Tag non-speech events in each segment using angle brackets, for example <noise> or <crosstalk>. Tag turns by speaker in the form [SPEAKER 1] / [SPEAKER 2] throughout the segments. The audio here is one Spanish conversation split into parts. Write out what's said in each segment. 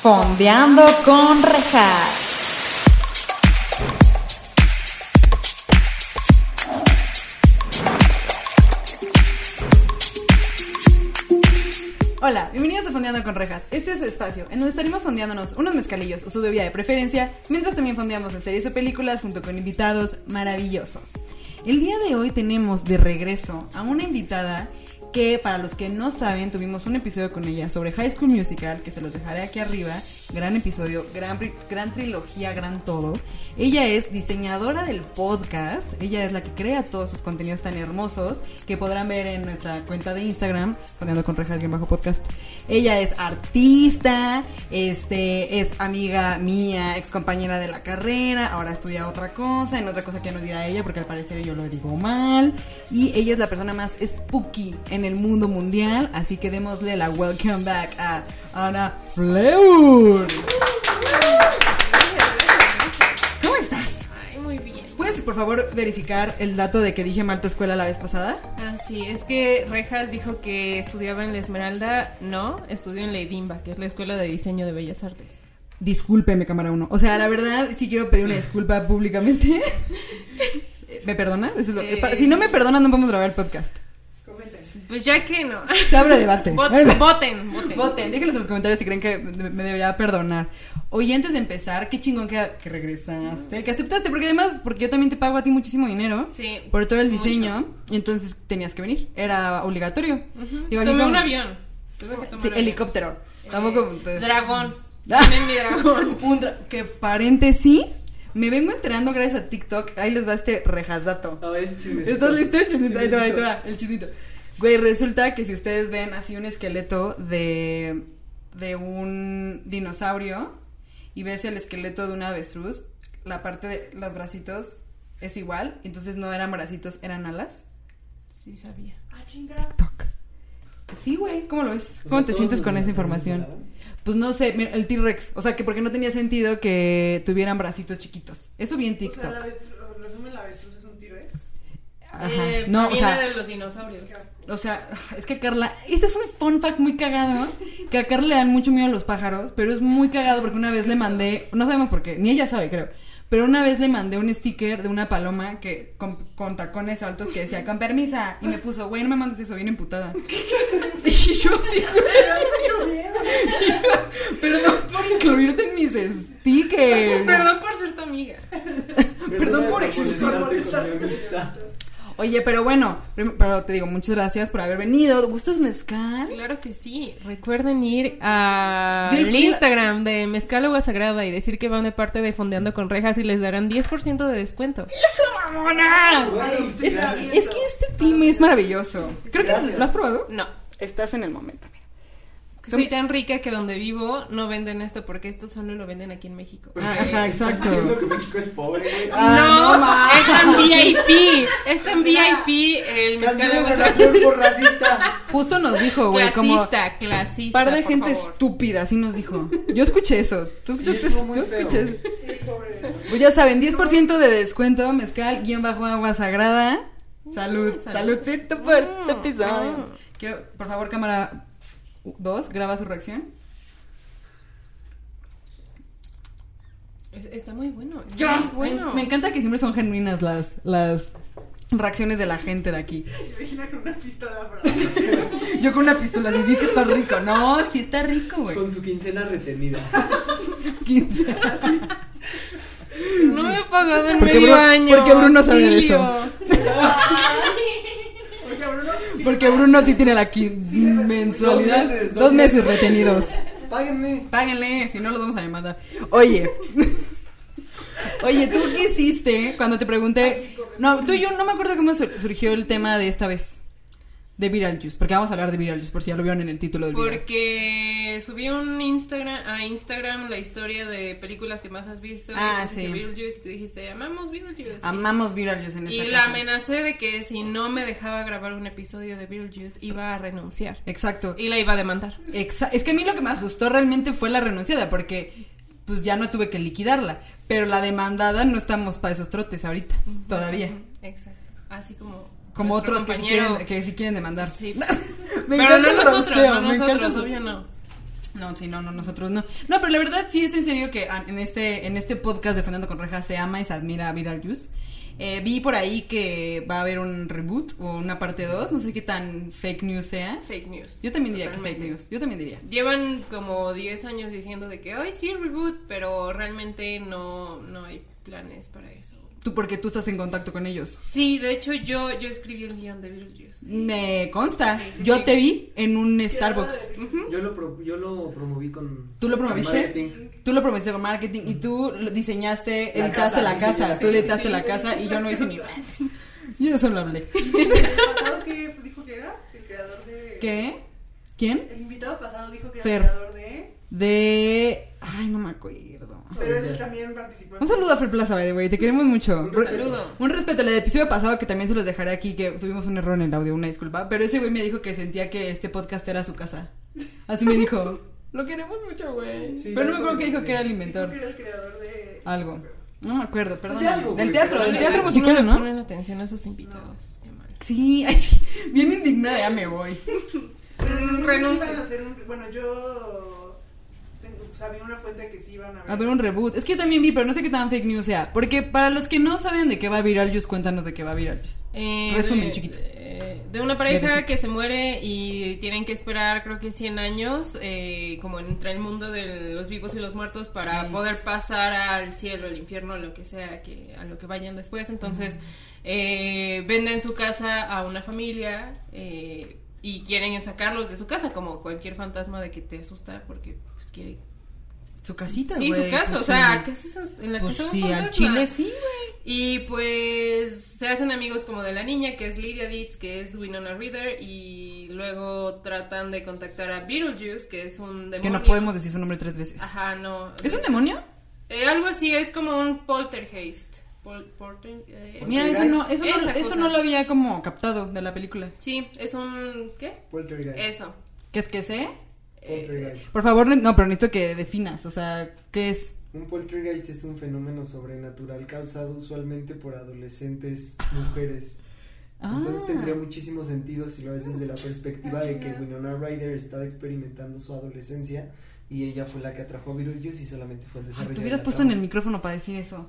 [SPEAKER 1] Fondeando con Rejas. Hola, bienvenidos a Fondeando con Rejas. Este es su espacio en donde estaremos fondeándonos unos mezcalillos o su bebida de preferencia, mientras también fondeamos en series o películas junto con invitados maravillosos. El día de hoy tenemos de regreso a una invitada que para los que no saben tuvimos un episodio con ella sobre High School Musical que se los dejaré aquí arriba. Gran episodio, gran, pri- gran trilogía, gran todo. Ella es diseñadora del podcast, ella es la que crea todos sus contenidos tan hermosos que podrán ver en nuestra cuenta de Instagram, poniendo con rejas guión bajo podcast. Ella es artista, este, es amiga mía, ex compañera de la carrera, ahora estudia otra cosa, en otra cosa que nos dirá ella, porque al parecer yo lo digo mal. Y ella es la persona más spooky en el mundo mundial, así que démosle la welcome back a Ana Fleur. ¿Cómo estás?
[SPEAKER 2] Ay, muy bien.
[SPEAKER 1] ¿Puedes por favor verificar el dato de que dije mal tu escuela la vez pasada?
[SPEAKER 2] Así es que Rejas dijo que estudiaba en la Esmeralda. No, estudió en la Edimba, que es la Escuela de Diseño de Bellas Artes.
[SPEAKER 1] Discúlpeme, cámara 1. O sea, la verdad, sí quiero pedir una disculpa
[SPEAKER 2] <laughs>
[SPEAKER 1] públicamente. ¿Me perdonas? Eso es lo-
[SPEAKER 2] Eh.
[SPEAKER 1] para- Si no me perdonan, no podemos grabar el podcast.
[SPEAKER 2] Pues ya que no.
[SPEAKER 1] Se abre debate.
[SPEAKER 2] Voten, voten, voten.
[SPEAKER 1] Voten, déjenlos en los comentarios si creen que me debería perdonar. Oye, antes de empezar, qué chingón que, que regresaste, que aceptaste, porque además, porque yo también te pago a ti muchísimo dinero
[SPEAKER 2] Sí,
[SPEAKER 1] por todo el
[SPEAKER 2] mucho.
[SPEAKER 1] diseño, y entonces tenías que venir, era obligatorio.
[SPEAKER 2] Ujú.
[SPEAKER 1] Digo, aquí
[SPEAKER 2] Tomé
[SPEAKER 1] como-
[SPEAKER 2] un avión. Tuve que tomar
[SPEAKER 1] Sí,
[SPEAKER 2] un avión.
[SPEAKER 1] helicóptero.
[SPEAKER 2] Eh,
[SPEAKER 1] Tampoco. te-
[SPEAKER 2] <laughs> Dragón.
[SPEAKER 1] Ah.
[SPEAKER 2] Tienen mi
[SPEAKER 3] <laughs>
[SPEAKER 2] dragón.
[SPEAKER 1] Un dra- que paréntesis, me vengo enterando gracias a TikTok. Ahí les va este rejazato.
[SPEAKER 3] A ver, chismecito.
[SPEAKER 1] ¿Estás listo? El chismito. Ahí te va, ahí te va, el chismito. Güey, resulta que si ustedes ven así un esqueleto de, de un dinosaurio y ves el esqueleto de un avestruz, la parte de los bracitos es igual, entonces no eran bracitos, eran alas.
[SPEAKER 2] Sí, sabía.
[SPEAKER 1] TikTok. Sí, güey, ¿cómo lo ves?
[SPEAKER 3] O
[SPEAKER 1] ¿Cómo
[SPEAKER 3] sea,
[SPEAKER 1] te
[SPEAKER 3] todos
[SPEAKER 1] sientes
[SPEAKER 3] los
[SPEAKER 1] con esa
[SPEAKER 3] dinosaurios
[SPEAKER 1] información?
[SPEAKER 3] volaban.
[SPEAKER 1] Pues no sé, mira, el T-Rex, o sea, que porque no tenía sentido que tuvieran bracitos chiquitos. Eso bien
[SPEAKER 4] O sea, la
[SPEAKER 1] TikTok.
[SPEAKER 4] avestruz, resumen, la avestruz es un ¿eh?
[SPEAKER 3] <laughs>
[SPEAKER 4] T-Rex.
[SPEAKER 1] Ajá.
[SPEAKER 2] Eh,
[SPEAKER 1] No, o
[SPEAKER 2] viene
[SPEAKER 1] sea,
[SPEAKER 2] de los dinosaurios.
[SPEAKER 4] Qué asco.
[SPEAKER 1] O sea, es que Carla, este es un fun fact muy cagado, que a Carla le dan mucho miedo a los pájaros, pero es muy cagado porque una vez le mandé, no sabemos por qué, ni ella sabe creo, pero una vez le mandé un sticker de una paloma que con, con tacones altos que decía, con permisa, y me puso, güey, no me mandes eso, bien emputada. <laughs> y yo sí,
[SPEAKER 4] Me da mucho miedo.
[SPEAKER 1] perdón por incluirte en mis stickers.
[SPEAKER 2] Oh, Perdón por ser tu amiga.
[SPEAKER 1] Perdón por existir,
[SPEAKER 3] molestarte
[SPEAKER 4] por estar-
[SPEAKER 3] con mi amistad.
[SPEAKER 1] Oye, pero bueno, prim- pero te digo, muchas gracias por haber venido, ¿gustas mezcal?
[SPEAKER 2] Claro que sí. Recuerden ir a-
[SPEAKER 1] Del-
[SPEAKER 2] al Instagram de Mezcal Agua Sagrada y decir que van de parte de Fondeando con Rejas y les darán 10% de descuento.
[SPEAKER 1] ¡Eso, mamona!
[SPEAKER 3] Güey,
[SPEAKER 1] Es
[SPEAKER 3] gracias.
[SPEAKER 1] que, es que este team es maravilloso. Creo que
[SPEAKER 3] Gracias.
[SPEAKER 1] lo has probado.
[SPEAKER 2] No.
[SPEAKER 1] Estás en el momento. mira.
[SPEAKER 2] Soy tan rica que donde vivo no venden esto porque esto solo lo venden aquí en México.
[SPEAKER 1] Ah, ajá, exacto.
[SPEAKER 3] Estás diciendo que México es pobre, güey.
[SPEAKER 1] Ah, no ma.
[SPEAKER 2] es tan VIP. Es tan VIP el mezcal
[SPEAKER 3] Cancelen
[SPEAKER 2] agua
[SPEAKER 3] a la
[SPEAKER 2] sagrada.
[SPEAKER 3] flor por racista.
[SPEAKER 1] Justo nos dijo, güey, como
[SPEAKER 2] Clasista, clasista.
[SPEAKER 1] par de
[SPEAKER 2] por
[SPEAKER 1] gente
[SPEAKER 2] favor.
[SPEAKER 1] estúpida, así nos dijo. Yo escuché eso. ¿Tú
[SPEAKER 3] Sí,
[SPEAKER 1] escuchaste
[SPEAKER 3] estuvo muy
[SPEAKER 1] ¿Tú
[SPEAKER 3] feo.
[SPEAKER 1] escuchas?
[SPEAKER 4] Sí, pobre.
[SPEAKER 1] Pues ya saben, 10% de descuento, mezcal, guión bajo agua sagrada. Salud,
[SPEAKER 2] Mm, salud.
[SPEAKER 1] saludcito por
[SPEAKER 2] Mm,
[SPEAKER 1] este episodio.
[SPEAKER 2] mm.
[SPEAKER 1] Quiero, por favor, cámara 2, graba su reacción.
[SPEAKER 2] Es- Está muy bueno. Está
[SPEAKER 1] Yo-
[SPEAKER 2] muy Ah, bueno.
[SPEAKER 1] Me, me encanta que siempre son genuinas las, las reacciones de la gente de aquí.
[SPEAKER 4] Imagina con una pistola, bro.
[SPEAKER 1] Yo con una pistola así, di que está rico. No, sí está rico, güey.
[SPEAKER 3] Con su quincena retenida.
[SPEAKER 4] <laughs>
[SPEAKER 1] 15.
[SPEAKER 2] No me he pagado en
[SPEAKER 1] Mm. Porque
[SPEAKER 2] medio
[SPEAKER 1] Bruno-
[SPEAKER 2] año.
[SPEAKER 1] porque Bruno sabe de eso.
[SPEAKER 2] auxilio.
[SPEAKER 4] Oiga, Bruno. sí,
[SPEAKER 1] <laughs> Porque Bruno sí tiene la quin- mensualidad.
[SPEAKER 3] Dos meses, dos
[SPEAKER 1] Dos meses
[SPEAKER 3] meses.
[SPEAKER 1] retenidos.
[SPEAKER 3] Páguenme.
[SPEAKER 1] Páguenle, si no los vamos a demandar. Oye. <laughs> Oye, ¿tú qué hiciste cuando te pregunté? No, tú y yo no me acuerdo cómo sur- surgió el tema de esta vez. De Viral Juice. Porque vamos a hablar de Viral Juice, por si ya lo vieron en el título del video.
[SPEAKER 2] Porque subí un Instagram a Instagram la historia de películas que más has visto. y
[SPEAKER 1] Ah,
[SPEAKER 2] pusiste
[SPEAKER 1] sí.
[SPEAKER 2] Beetlejuice y tú dijiste, amamos Beetlejuice. Y-
[SPEAKER 1] Amamos Viral Juice en esta
[SPEAKER 2] Y la
[SPEAKER 1] casa.
[SPEAKER 2] amenacé de que si no me dejaba grabar un episodio de Beetlejuice iba a renunciar.
[SPEAKER 1] Exacto.
[SPEAKER 2] Y la iba a demandar.
[SPEAKER 1] Exa- es que a mí lo que me asustó realmente fue la renunciada, porque pues ya no tuve que liquidarla. Pero la demandada no estamos para esos trotes ahorita, todavía.
[SPEAKER 2] Exacto. Así como.
[SPEAKER 1] Como
[SPEAKER 2] nuestro
[SPEAKER 1] otros que sí,
[SPEAKER 2] compañero.
[SPEAKER 1] quieren, que sí quieren demandar.
[SPEAKER 2] Sí.
[SPEAKER 1] <laughs> Me
[SPEAKER 2] Pero
[SPEAKER 1] encanta
[SPEAKER 2] no
[SPEAKER 1] el
[SPEAKER 2] nosotros,
[SPEAKER 1] rosteo,
[SPEAKER 2] no
[SPEAKER 1] me encanta
[SPEAKER 2] nosotros,
[SPEAKER 1] el-
[SPEAKER 2] obvio no.
[SPEAKER 1] No, sí, no, no, nosotros no. No, pero la verdad sí es en serio que ah, en este, en este podcast de Fernando con Rejas se ama y se admira a Viral Juice. Eh, vi por ahí que va a haber un reboot o una parte 2, no sé qué tan fake news sea.
[SPEAKER 2] Fake news.
[SPEAKER 1] Yo también diría que
[SPEAKER 2] Totalmente.
[SPEAKER 1] fake news, yo también diría.
[SPEAKER 2] Llevan como 10 años diciendo de que, ay, sí, el reboot, pero realmente no, no hay planes para eso.
[SPEAKER 1] Tú porque tú estás en contacto con ellos.
[SPEAKER 2] Sí, de hecho yo, yo escribí el guión de Beetlejuice.
[SPEAKER 1] Me consta,
[SPEAKER 2] Sí, sí,
[SPEAKER 1] yo
[SPEAKER 2] sí.
[SPEAKER 1] te vi en un
[SPEAKER 4] Tirada
[SPEAKER 1] Starbucks.
[SPEAKER 4] de-
[SPEAKER 3] Yo lo, pro- yo lo promoví con.
[SPEAKER 1] ¿Tú lo
[SPEAKER 3] con
[SPEAKER 1] promoviste?
[SPEAKER 3] marketing.
[SPEAKER 1] Tú lo prometiste con marketing y tú lo diseñaste,
[SPEAKER 3] La
[SPEAKER 1] editaste
[SPEAKER 3] casa,
[SPEAKER 1] la
[SPEAKER 3] diseñé
[SPEAKER 1] casa,
[SPEAKER 3] la
[SPEAKER 1] tú
[SPEAKER 3] casa.
[SPEAKER 1] editaste
[SPEAKER 2] Sí,
[SPEAKER 1] la
[SPEAKER 2] sí.
[SPEAKER 1] casa y yo no hice ni Yo solo hablé.
[SPEAKER 4] ¿El pasado que <laughs> dijo que era? El creador de.
[SPEAKER 1] ¿Qué? ¿Quién?
[SPEAKER 4] El invitado pasado dijo que era
[SPEAKER 1] Fer.
[SPEAKER 4] el creador de.
[SPEAKER 1] De. Ay, no me acuerdo.
[SPEAKER 4] Pero él
[SPEAKER 3] Ahorita.
[SPEAKER 4] también participó. en-
[SPEAKER 1] Un saludo a Fer Plaza, by the way, te queremos mucho.
[SPEAKER 3] Un
[SPEAKER 1] Re-
[SPEAKER 2] Saludo.
[SPEAKER 1] Un respeto al episodio pasado que también se los dejaré aquí, que tuvimos un error en el audio, una disculpa. Pero ese güey me dijo que sentía que este podcast era su casa. Así me dijo. Lo queremos mucho, güey.
[SPEAKER 3] Sí,
[SPEAKER 1] pero no me
[SPEAKER 3] tanto
[SPEAKER 1] acuerdo que
[SPEAKER 3] que-
[SPEAKER 1] dijo que era el
[SPEAKER 4] Dijo
[SPEAKER 1] inventor.
[SPEAKER 4] que era el creador de.
[SPEAKER 1] Algo. No me acuerdo, perdón.
[SPEAKER 3] Pues algo,
[SPEAKER 1] del
[SPEAKER 3] güey,
[SPEAKER 1] teatro,
[SPEAKER 3] pero
[SPEAKER 1] del
[SPEAKER 3] sí,
[SPEAKER 1] teatro
[SPEAKER 2] Aquí no le
[SPEAKER 1] musical, ¿no?
[SPEAKER 2] ponen atención a sus invitados. Qué mal.
[SPEAKER 1] Sí, <laughs> ay, sí. Bien indignada, ya me voy. Mm,
[SPEAKER 4] Pero según yo sí
[SPEAKER 2] renuncio.
[SPEAKER 4] iban a hacer un- Bueno, yo. tengo- Sabía una fuente que sí iban a ver.
[SPEAKER 1] A ver, un reboot. Es que yo también vi, pero no sé qué tan fake news sea. Porque para los que no saben de qué va Viral Juice, cuéntanos de qué va Viral Juice.
[SPEAKER 2] Eh,
[SPEAKER 1] Resumen
[SPEAKER 2] de-
[SPEAKER 1] chiquito.
[SPEAKER 2] eh, De una
[SPEAKER 1] Ya
[SPEAKER 2] pareja
[SPEAKER 1] decía.
[SPEAKER 2] que se muere y tienen que esperar creo que 100 años, eh, como entre el mundo de los vivos y los muertos, para
[SPEAKER 1] Sí.
[SPEAKER 2] poder pasar al cielo, al infierno, lo que sea, que, a lo que vayan después. Entonces eh, venden su casa a una familia eh, y quieren sacarlos de su casa, como cualquier fantasma de que te asusta porque pues quiere...
[SPEAKER 1] Su casita,
[SPEAKER 2] Sí,
[SPEAKER 1] güey,
[SPEAKER 2] su casa,
[SPEAKER 1] pues,
[SPEAKER 2] o sea,
[SPEAKER 1] sí.
[SPEAKER 2] ¿qué haces en la
[SPEAKER 1] Pues
[SPEAKER 2] casa de un
[SPEAKER 1] sí, al
[SPEAKER 2] fantasma?
[SPEAKER 1] chile sí, güey.
[SPEAKER 2] Y pues se hacen amigos como de la niña, que es Lydia Ditz, que es Winona Reader, y luego tratan de contactar a Beetlejuice, que es un demonio.
[SPEAKER 1] Que no podemos decir su nombre tres veces.
[SPEAKER 2] Ajá, no.
[SPEAKER 1] ¿Es un demonio?
[SPEAKER 2] Eh, algo así, es como un poltergeist. Pol- porter- eh, es-
[SPEAKER 3] Pues
[SPEAKER 1] Mira,
[SPEAKER 3] mira,
[SPEAKER 1] eso no, eso, no,
[SPEAKER 2] esa
[SPEAKER 1] eso
[SPEAKER 2] cosa.
[SPEAKER 1] no lo había como captado de la película.
[SPEAKER 2] Sí, es un... ¿qué?
[SPEAKER 3] Poltergeist.
[SPEAKER 2] Eso.
[SPEAKER 1] ¿Qué es que sé?
[SPEAKER 2] Eh,
[SPEAKER 3] Eh, Poltergeist.
[SPEAKER 1] Por favor, ne- no, pero necesito que definas, o sea, ¿qué es?
[SPEAKER 3] Un poltergeist es un fenómeno sobrenatural causado usualmente por adolescentes mujeres.
[SPEAKER 1] Ah.
[SPEAKER 3] Entonces tendría muchísimo sentido si lo ves desde la perspectiva de que Winona Ryder estaba experimentando su adolescencia y ella fue la que atrajo a Beetlejuice y solamente fue el
[SPEAKER 1] Ay,
[SPEAKER 3] desarrollo.
[SPEAKER 1] te
[SPEAKER 3] de
[SPEAKER 1] hubieras
[SPEAKER 3] la
[SPEAKER 1] puesto en
[SPEAKER 3] trama.
[SPEAKER 1] el micrófono para decir eso.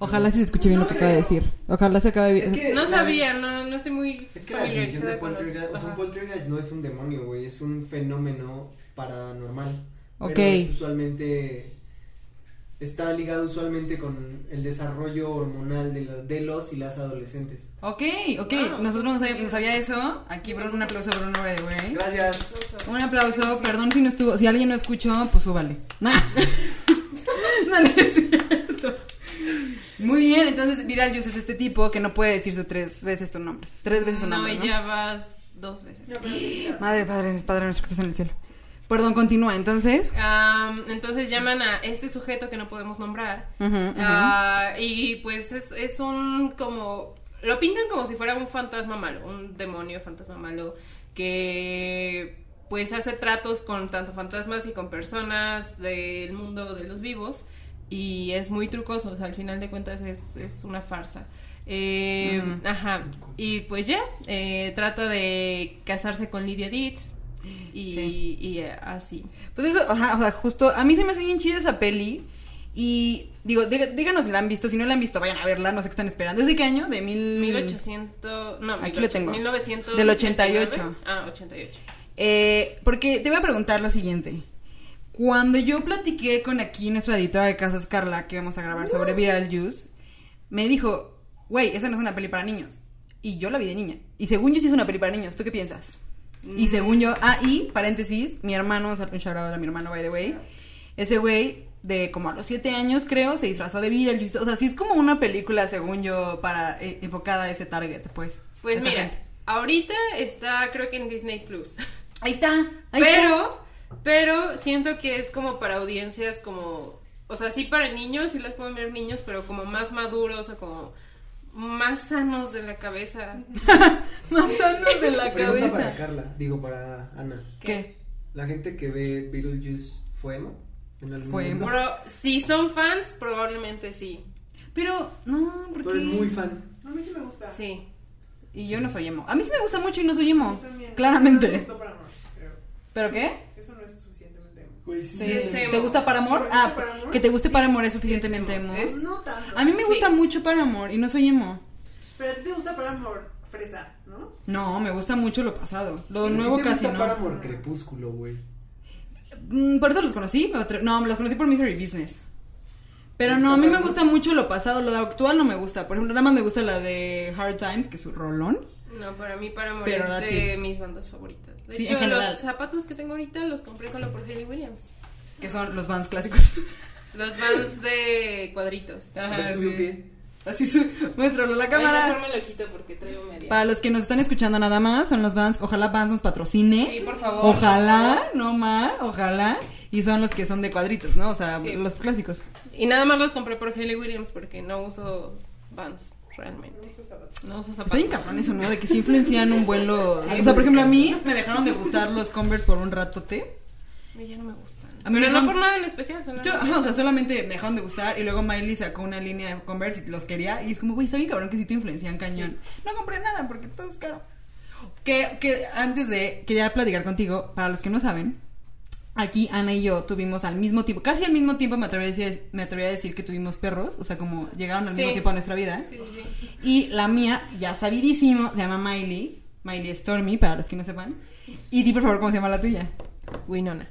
[SPEAKER 1] Ojalá sí se escuche bien lo que acaba de decir. Ojalá se acabe bien.
[SPEAKER 3] Es que
[SPEAKER 2] No
[SPEAKER 3] Eh, la-
[SPEAKER 2] sabía, no, no estoy muy
[SPEAKER 3] Es que la definición de
[SPEAKER 2] familiarizada con los-
[SPEAKER 3] poltergeist, o sea, un
[SPEAKER 2] Ajá.
[SPEAKER 3] poltergeist no es un demonio, güey, es un fenómeno paranormal.
[SPEAKER 1] Ok.
[SPEAKER 3] Pero es usualmente está ligado usualmente con el desarrollo hormonal de, la- de los y las adolescentes.
[SPEAKER 1] Ok, ok,
[SPEAKER 2] Wow.
[SPEAKER 1] nosotros no sabíamos sabía eso. Aquí, Bruno, un aplauso a Bruno, by the way.
[SPEAKER 3] Gracias.
[SPEAKER 1] Un aplauso, perdón si no estuvo, si alguien no escuchó, pues súbale. No,
[SPEAKER 2] <laughs>
[SPEAKER 1] no, no es cierto. Muy bien, entonces Viral Juice es este tipo que no puede decir sus tres veces tus nombres. Tres veces su
[SPEAKER 2] No,
[SPEAKER 1] nombre.
[SPEAKER 2] y
[SPEAKER 1] ¿no?
[SPEAKER 2] ya vas dos veces.
[SPEAKER 4] No, pero sí, ya.
[SPEAKER 1] Madre, padre, padre nuestro que estás en el cielo. Perdón, continúa entonces.
[SPEAKER 2] Am, entonces llaman a este sujeto que no podemos nombrar.
[SPEAKER 1] Ujú, ujú.
[SPEAKER 2] Ah, y pues es, es un como... Lo pintan como si fuera un fantasma malo, un demonio fantasma malo que pues hace tratos con tanto fantasmas y con personas del mundo de los vivos y es muy trucoso, o sea, al final de cuentas es, es una farsa. Eh,
[SPEAKER 1] Ujú.
[SPEAKER 2] Ajá, y pues ya, eh, trata de casarse con Lydia Ditz y,
[SPEAKER 1] Sí.
[SPEAKER 2] y, eh, así.
[SPEAKER 1] Pues eso, ajá, o sea, justo, a mí se me hace bien chida esa peli. Y digo, diga- díganos si la han visto, si no la han visto, vayan a verla, no sé qué están esperando. ¿Desde qué año? De mil...
[SPEAKER 2] 1800, no,
[SPEAKER 1] Mm. Aquí lo tengo.
[SPEAKER 2] 1900
[SPEAKER 1] Del 88.
[SPEAKER 2] Ah, 88.
[SPEAKER 1] Eh, porque te voy a preguntar lo siguiente. Cuando yo platiqué con aquí nuestra editora de Casas Carla, que vamos a grabar sobre Viral Juice, me dijo, güey, esa no es una peli para niños. Y yo la vi de niña. Y según yo sí es una peli para niños. ¿Tú qué piensas? Y
[SPEAKER 2] Mm.
[SPEAKER 1] según yo, ah, y paréntesis, mi hermano, un sal- un shout out a mi hermano, by the way. Ese güey, de como a los siete años, creo, se disfrazó de Viral Juice. O sea, sí es como una película, según yo, para eh, enfocada a ese target, pues. a
[SPEAKER 2] Pues
[SPEAKER 1] esa
[SPEAKER 2] mira,
[SPEAKER 1] gente.
[SPEAKER 2] ahorita está creo que en Disney Plus.
[SPEAKER 1] Ahí está. <laughs> Ahí está.
[SPEAKER 2] pero pero siento que es como para audiencias como o sea, sí para niños, sí las pueden ver niños, pero como más maduros o como más sanos de la cabeza.
[SPEAKER 1] <laughs> Más sanos de la
[SPEAKER 3] Pregunta
[SPEAKER 1] cabeza.
[SPEAKER 3] para Carla, digo para Ana.
[SPEAKER 1] ¿Qué?
[SPEAKER 3] La gente que ve Beetlejuice fue emo en algún
[SPEAKER 1] Fue
[SPEAKER 3] momento?
[SPEAKER 1] emo.
[SPEAKER 2] Pero si son fans, probablemente sí.
[SPEAKER 1] Pero, no, porque...
[SPEAKER 3] Tú eres muy fan.
[SPEAKER 4] No, a mí sí me gusta.
[SPEAKER 2] Sí.
[SPEAKER 1] Y yo no soy emo. A mí sí me gusta mucho y no soy
[SPEAKER 4] A mí
[SPEAKER 1] emo.
[SPEAKER 4] también. No me
[SPEAKER 1] Claramente.
[SPEAKER 4] gustó para más, creo.
[SPEAKER 1] ¿Pero qué?
[SPEAKER 4] Eso no es suficientemente.
[SPEAKER 3] Güey, sí.
[SPEAKER 1] Sí.
[SPEAKER 2] Sí, es emo.
[SPEAKER 1] ¿Te gusta para amor?
[SPEAKER 4] ¿Te gusta
[SPEAKER 1] Ah,
[SPEAKER 4] Paramore?
[SPEAKER 1] que te guste
[SPEAKER 2] Sí,
[SPEAKER 1] para amor es
[SPEAKER 2] sí, es
[SPEAKER 1] suficientemente
[SPEAKER 2] emo.
[SPEAKER 1] emo.
[SPEAKER 2] Es-
[SPEAKER 4] No tanto.
[SPEAKER 1] A mí me
[SPEAKER 2] Sí.
[SPEAKER 1] gusta mucho para amor y no soy emo.
[SPEAKER 4] Pero a ti te gusta para amor fresa, ¿no?
[SPEAKER 1] No, me gusta mucho lo pasado. Lo
[SPEAKER 3] ¿A ti
[SPEAKER 1] nuevo
[SPEAKER 3] te
[SPEAKER 1] casi
[SPEAKER 3] gusta
[SPEAKER 1] no.
[SPEAKER 3] Paramore Crepúsculo, güey.
[SPEAKER 1] Mm, Por eso los conocí. me atre- No, me los conocí por Misery Business. Pero
[SPEAKER 3] ¿Te
[SPEAKER 1] no, a mí me
[SPEAKER 3] gusta
[SPEAKER 1] gusta mucho lo pasado, lo actual no me gusta. Por ejemplo, nada más me gusta la de Hard Times, que es un rolón.
[SPEAKER 2] No, para mí para morir
[SPEAKER 1] Pero
[SPEAKER 2] es
[SPEAKER 1] that's
[SPEAKER 2] de
[SPEAKER 1] it.
[SPEAKER 2] mis bandas favoritas. De
[SPEAKER 1] Sí, en
[SPEAKER 2] hecho,
[SPEAKER 1] general.
[SPEAKER 2] los zapatos que tengo ahorita los compré solo por Haley Williams.
[SPEAKER 1] Que son los bands clásicos. <laughs>
[SPEAKER 2] Los vans de cuadritos.
[SPEAKER 1] Ajá,
[SPEAKER 3] Pero sube un
[SPEAKER 1] sí.
[SPEAKER 3] pie.
[SPEAKER 1] Así su... muéstralo a la
[SPEAKER 2] Ay,
[SPEAKER 1] cámara.
[SPEAKER 2] mejor me lo quito porque traigo media.
[SPEAKER 1] Para los que nos están escuchando nada más, son los Vans. Ojalá Vans nos patrocine.
[SPEAKER 2] Sí, por favor.
[SPEAKER 1] Ojalá, no más, ojalá. Y son los que son de cuadritos, ¿no? O sea,
[SPEAKER 2] Sí.
[SPEAKER 1] los clásicos.
[SPEAKER 2] Y nada más los compré por Haley Williams porque no uso vans realmente.
[SPEAKER 4] Esos zapatos.
[SPEAKER 2] No uso
[SPEAKER 1] Está
[SPEAKER 2] zapatos.
[SPEAKER 1] bien cabrón eso, Pues ¿no? De que sí influencian un buen lo- O sea, por ejemplo, a mí me dejaron de gustar los Converse por un ratote.
[SPEAKER 2] A mí ya no me gustan.
[SPEAKER 1] A mí me
[SPEAKER 2] Pero no
[SPEAKER 1] gustan-
[SPEAKER 2] por nada en especial, solo
[SPEAKER 1] Yo, ajá, o sea, solamente me dejaron de gustar y luego Miley sacó una línea de Converse y los quería. Y es como, güey, está bien cabrón que sí te influencian cañón. No compré nada porque todo es caro. Que, que antes de, quería platicar contigo, para los que no saben, aquí Ana y yo tuvimos al mismo tiempo, casi al mismo tiempo me atrevería a decir, me atrevería a decir que tuvimos perros, o sea, como llegaron al
[SPEAKER 2] Sí.
[SPEAKER 1] mismo tiempo a nuestra vida.
[SPEAKER 2] Sí, sí, sí.
[SPEAKER 1] Y la mía, ya sabidísimo, se llama Miley, Miley Stormy, para los que no sepan. Y di por favor cómo se llama la tuya,
[SPEAKER 2] Winona.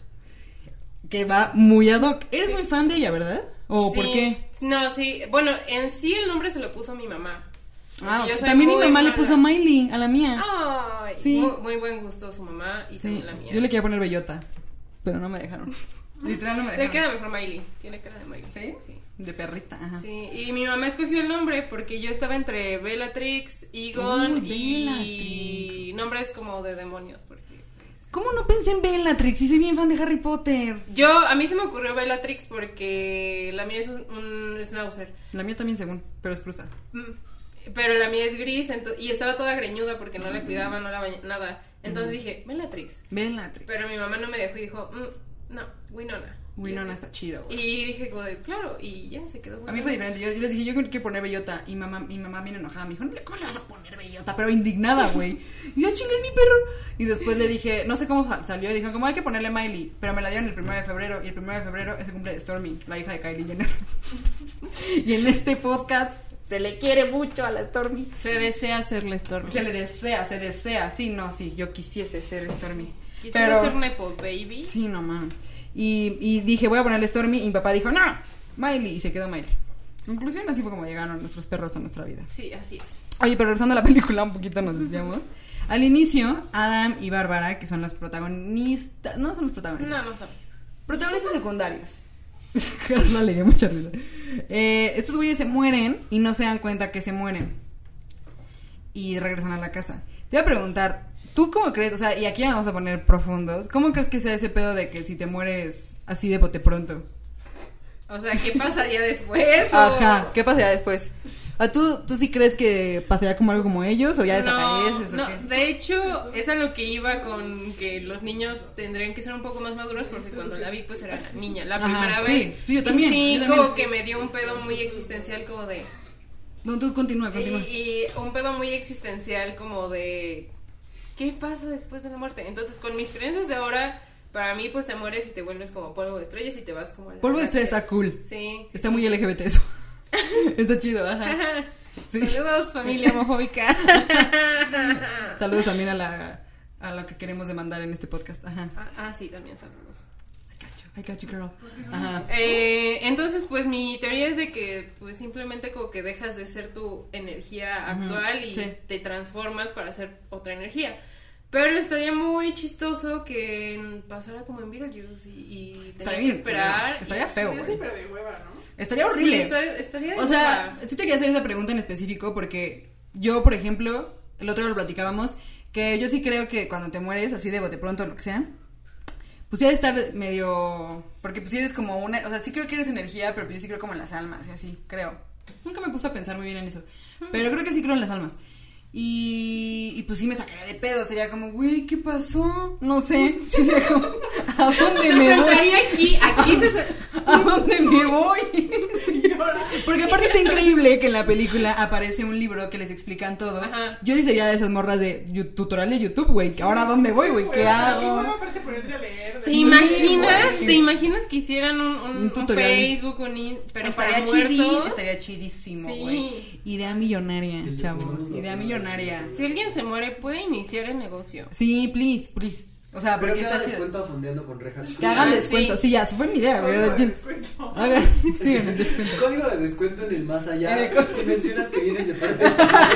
[SPEAKER 1] que va muy ad hoc. Eres
[SPEAKER 2] Sí.
[SPEAKER 1] muy fan de ella, ¿verdad? ¿O por
[SPEAKER 2] Sí.
[SPEAKER 1] qué?
[SPEAKER 2] No, sí. Bueno, en sí el nombre se lo puso mi mamá.
[SPEAKER 1] Ah,
[SPEAKER 2] Yo soy
[SPEAKER 1] también mi
[SPEAKER 2] muy
[SPEAKER 1] mamá le
[SPEAKER 2] mala.
[SPEAKER 1] puso Miley a la mía.
[SPEAKER 2] Ay,
[SPEAKER 1] Sí.
[SPEAKER 2] muy, muy buen gusto su mamá y
[SPEAKER 1] Sí,
[SPEAKER 2] también la mía.
[SPEAKER 1] yo le quería poner bellota, pero no me
[SPEAKER 2] <laughs>
[SPEAKER 1] dejaron. Literal no me dejaron.
[SPEAKER 2] Le queda mejor Miley. Tiene cara de Miley.
[SPEAKER 1] ¿Sí?
[SPEAKER 2] Sí.
[SPEAKER 1] De perrita, ajá.
[SPEAKER 2] Sí, y mi mamá escogió el nombre porque yo estaba entre Bellatrix, Egon
[SPEAKER 1] Uy,
[SPEAKER 2] y nombres como de demonios. Porque pues,
[SPEAKER 1] ¿Cómo no pensé en Bellatrix? Si soy bien fan de Harry Potter.
[SPEAKER 2] Yo, a mí se me ocurrió Bellatrix porque la mía es un, un schnauzer.
[SPEAKER 1] La mía también según, pero es cruza.
[SPEAKER 2] Mm, Pero la mía es gris ento- y estaba toda greñuda porque no
[SPEAKER 1] Mm.
[SPEAKER 2] la cuidaba, no la bañaba, nada. Entonces dije, Bellatrix.
[SPEAKER 1] Bellatrix.
[SPEAKER 2] Pero mi mamá no me dejó y dijo, "Mm, no, Winona.
[SPEAKER 1] Winona está chido, güey.
[SPEAKER 2] Y dije, como de, claro, y ya se quedó.
[SPEAKER 1] A mí fue diferente, yo, yo les dije, yo quiero poner bellota. Y mamá, mi mamá bien enojada me dijo, "No, ¿cómo le vas a poner bellota? Pero indignada, güey. Y yo chingué mi perro. Y después le dije, no sé cómo sal- salió. Y dijeron, como hay que ponerle Miley. Pero me la dieron el primero de febrero. Y el primero de febrero es el cumple de Stormy, la hija de Kylie Jenner. <laughs> y en este podcast se le quiere mucho a la Stormy.
[SPEAKER 2] Se desea hacerle Stormy.
[SPEAKER 1] Se le desea, se desea. Sí, no, sí, yo quisiese ser Stormy.
[SPEAKER 2] Quisiera
[SPEAKER 1] Pero-
[SPEAKER 2] ser Nepo Baby.
[SPEAKER 1] Sí, no mames. Y, y dije, voy a ponerle Stormy. Y mi papá dijo, no, Miley. Y se quedó Miley. Conclusión, así fue como llegaron nuestros perros a nuestra vida.
[SPEAKER 2] Sí, así es.
[SPEAKER 1] Oye, pero regresando a la película, un poquito nos desviamos. Al inicio, Adam y Bárbara, que son los protagonistas. No son los protagonistas.
[SPEAKER 2] No, no sabe.
[SPEAKER 1] Protagonistas <laughs> secundarios. no le dio mucha risa. Eh, estos güeyes se mueren y no se dan cuenta que se mueren. Y regresan a la casa. Te voy a preguntar, ¿tú cómo crees? O sea, y aquí ya nos vamos a poner profundos. ¿Cómo crees que sea ese pedo de que si te mueres así de bote pronto?
[SPEAKER 2] O sea, ¿qué pasaría después? O-
[SPEAKER 1] <laughs> Ajá, ¿qué pasaría después? ¿A tú, ¿Tú sí crees que pasaría como algo como ellos o ya desapareces? o
[SPEAKER 2] no,
[SPEAKER 1] qué?
[SPEAKER 2] de hecho, es a lo que iba con que los niños tendrían que ser un poco más maduros porque cuando la vi, pues era niña. La
[SPEAKER 1] Ajá,
[SPEAKER 2] primera
[SPEAKER 1] sí,
[SPEAKER 2] vez.
[SPEAKER 1] sí, yo también,
[SPEAKER 2] Sí,
[SPEAKER 1] yo
[SPEAKER 2] como
[SPEAKER 1] también.
[SPEAKER 2] que me dio un pedo muy existencial, como de.
[SPEAKER 1] No, tú continúa,
[SPEAKER 2] Y,
[SPEAKER 1] continúa.
[SPEAKER 2] y un pedo muy existencial, como de. ¿Qué pasa después de la muerte? Entonces, con mis creencias de ahora, para mí, pues te mueres y te vuelves como polvo de estrellas y te vas como. a la
[SPEAKER 1] Polvo de
[SPEAKER 2] galaxia.
[SPEAKER 1] estrella está cool.
[SPEAKER 2] Sí. sí.
[SPEAKER 1] Está muy LGBT eso. <laughs> Está chido, ajá.
[SPEAKER 2] <laughs>
[SPEAKER 1] Sí. <laughs>
[SPEAKER 2] Saludos, familia homofóbica.
[SPEAKER 1] Saludos también a la a lo que queremos demandar en este podcast. Ajá.
[SPEAKER 2] ah, ah, sí, también saludos.
[SPEAKER 1] I got you, I got you, girl. Ajá.
[SPEAKER 2] Eh, entonces, pues mi teoría es de que pues simplemente como que dejas de ser tu energía
[SPEAKER 1] Ujú,
[SPEAKER 2] actual y
[SPEAKER 1] sí.
[SPEAKER 2] te transformas para ser otra energía. Pero estaría muy chistoso que en- pasara como en Beetlejuice y, y tener
[SPEAKER 1] Estaría
[SPEAKER 2] que
[SPEAKER 1] bien,
[SPEAKER 2] esperar.
[SPEAKER 1] culero. Estaría
[SPEAKER 2] y-
[SPEAKER 1] feo,
[SPEAKER 4] Yo
[SPEAKER 1] güey.
[SPEAKER 4] siempre de hueva, ¿no?
[SPEAKER 1] Estaría
[SPEAKER 2] Sí,
[SPEAKER 1] horrible.
[SPEAKER 2] estaría- estaría de
[SPEAKER 1] O sea,
[SPEAKER 2] hueva.
[SPEAKER 1] sí te quería hacer esa pregunta en específico porque yo, por ejemplo, el otro día lo platicábamos, que yo sí creo que cuando te mueres, así de bote pronto, lo que sea, pues ya de estar medio... Porque pues sí eres como una... O sea, sí creo que eres energía, pero pues yo sí creo como en las almas y así, creo. Nunca me puse a pensar muy bien en eso. Pero creo que sí creo en las almas. Y, y pues sí me sacaría de pedo, sería como, güey, ¿qué pasó? No sé, <laughs> sí sería como, ¿a dónde <laughs> me
[SPEAKER 2] <laughs> se
[SPEAKER 1] voy?
[SPEAKER 2] sentaría aquí, aquí
[SPEAKER 1] <laughs>
[SPEAKER 2] se sen-
[SPEAKER 1] ¿A dónde me voy?
[SPEAKER 4] Y ahora.
[SPEAKER 1] Porque aparte está increíble que en la película aparece un libro que les explican todo.
[SPEAKER 2] Ajá.
[SPEAKER 1] Yo sí sería de esas morras de yu- tutorial de YouTube, güey. que Ahora dónde voy, güey,
[SPEAKER 4] Qué
[SPEAKER 1] ¿qué
[SPEAKER 4] hueva,
[SPEAKER 1] hago?
[SPEAKER 4] aparte ponerte a leer. de
[SPEAKER 1] Sí,
[SPEAKER 2] ¿Te imaginas, ¿Te imaginas que hicieran un, un-
[SPEAKER 1] Un
[SPEAKER 2] un
[SPEAKER 1] tutorial.
[SPEAKER 2] Facebook, un in- pero
[SPEAKER 5] estaría
[SPEAKER 2] para muertos?
[SPEAKER 5] chidi, estaría chidísimo,
[SPEAKER 2] Sí.
[SPEAKER 5] güey.
[SPEAKER 1] Idea millonaria,
[SPEAKER 3] Sí,
[SPEAKER 1] chavos.
[SPEAKER 3] sí.
[SPEAKER 1] Idea millonaria.
[SPEAKER 2] Si alguien se muere, puede iniciar el negocio.
[SPEAKER 1] Sí, please, please. O sea,
[SPEAKER 3] Pero
[SPEAKER 1] porque
[SPEAKER 3] que
[SPEAKER 1] está
[SPEAKER 3] haga
[SPEAKER 1] chido.
[SPEAKER 3] descuento a fondeando con rejas.
[SPEAKER 1] Que hagan
[SPEAKER 2] Ah,
[SPEAKER 1] descuento.
[SPEAKER 2] sí.
[SPEAKER 1] Sí, ya, se fue mi idea, güey.
[SPEAKER 4] Código de
[SPEAKER 1] Yo-
[SPEAKER 4] descuento.
[SPEAKER 1] Hagan, sí,
[SPEAKER 3] <laughs>
[SPEAKER 1] en el descuento.
[SPEAKER 3] Código de descuento en el más
[SPEAKER 1] En
[SPEAKER 3] allá.
[SPEAKER 1] el co-
[SPEAKER 3] Si mencionas que vienes de parte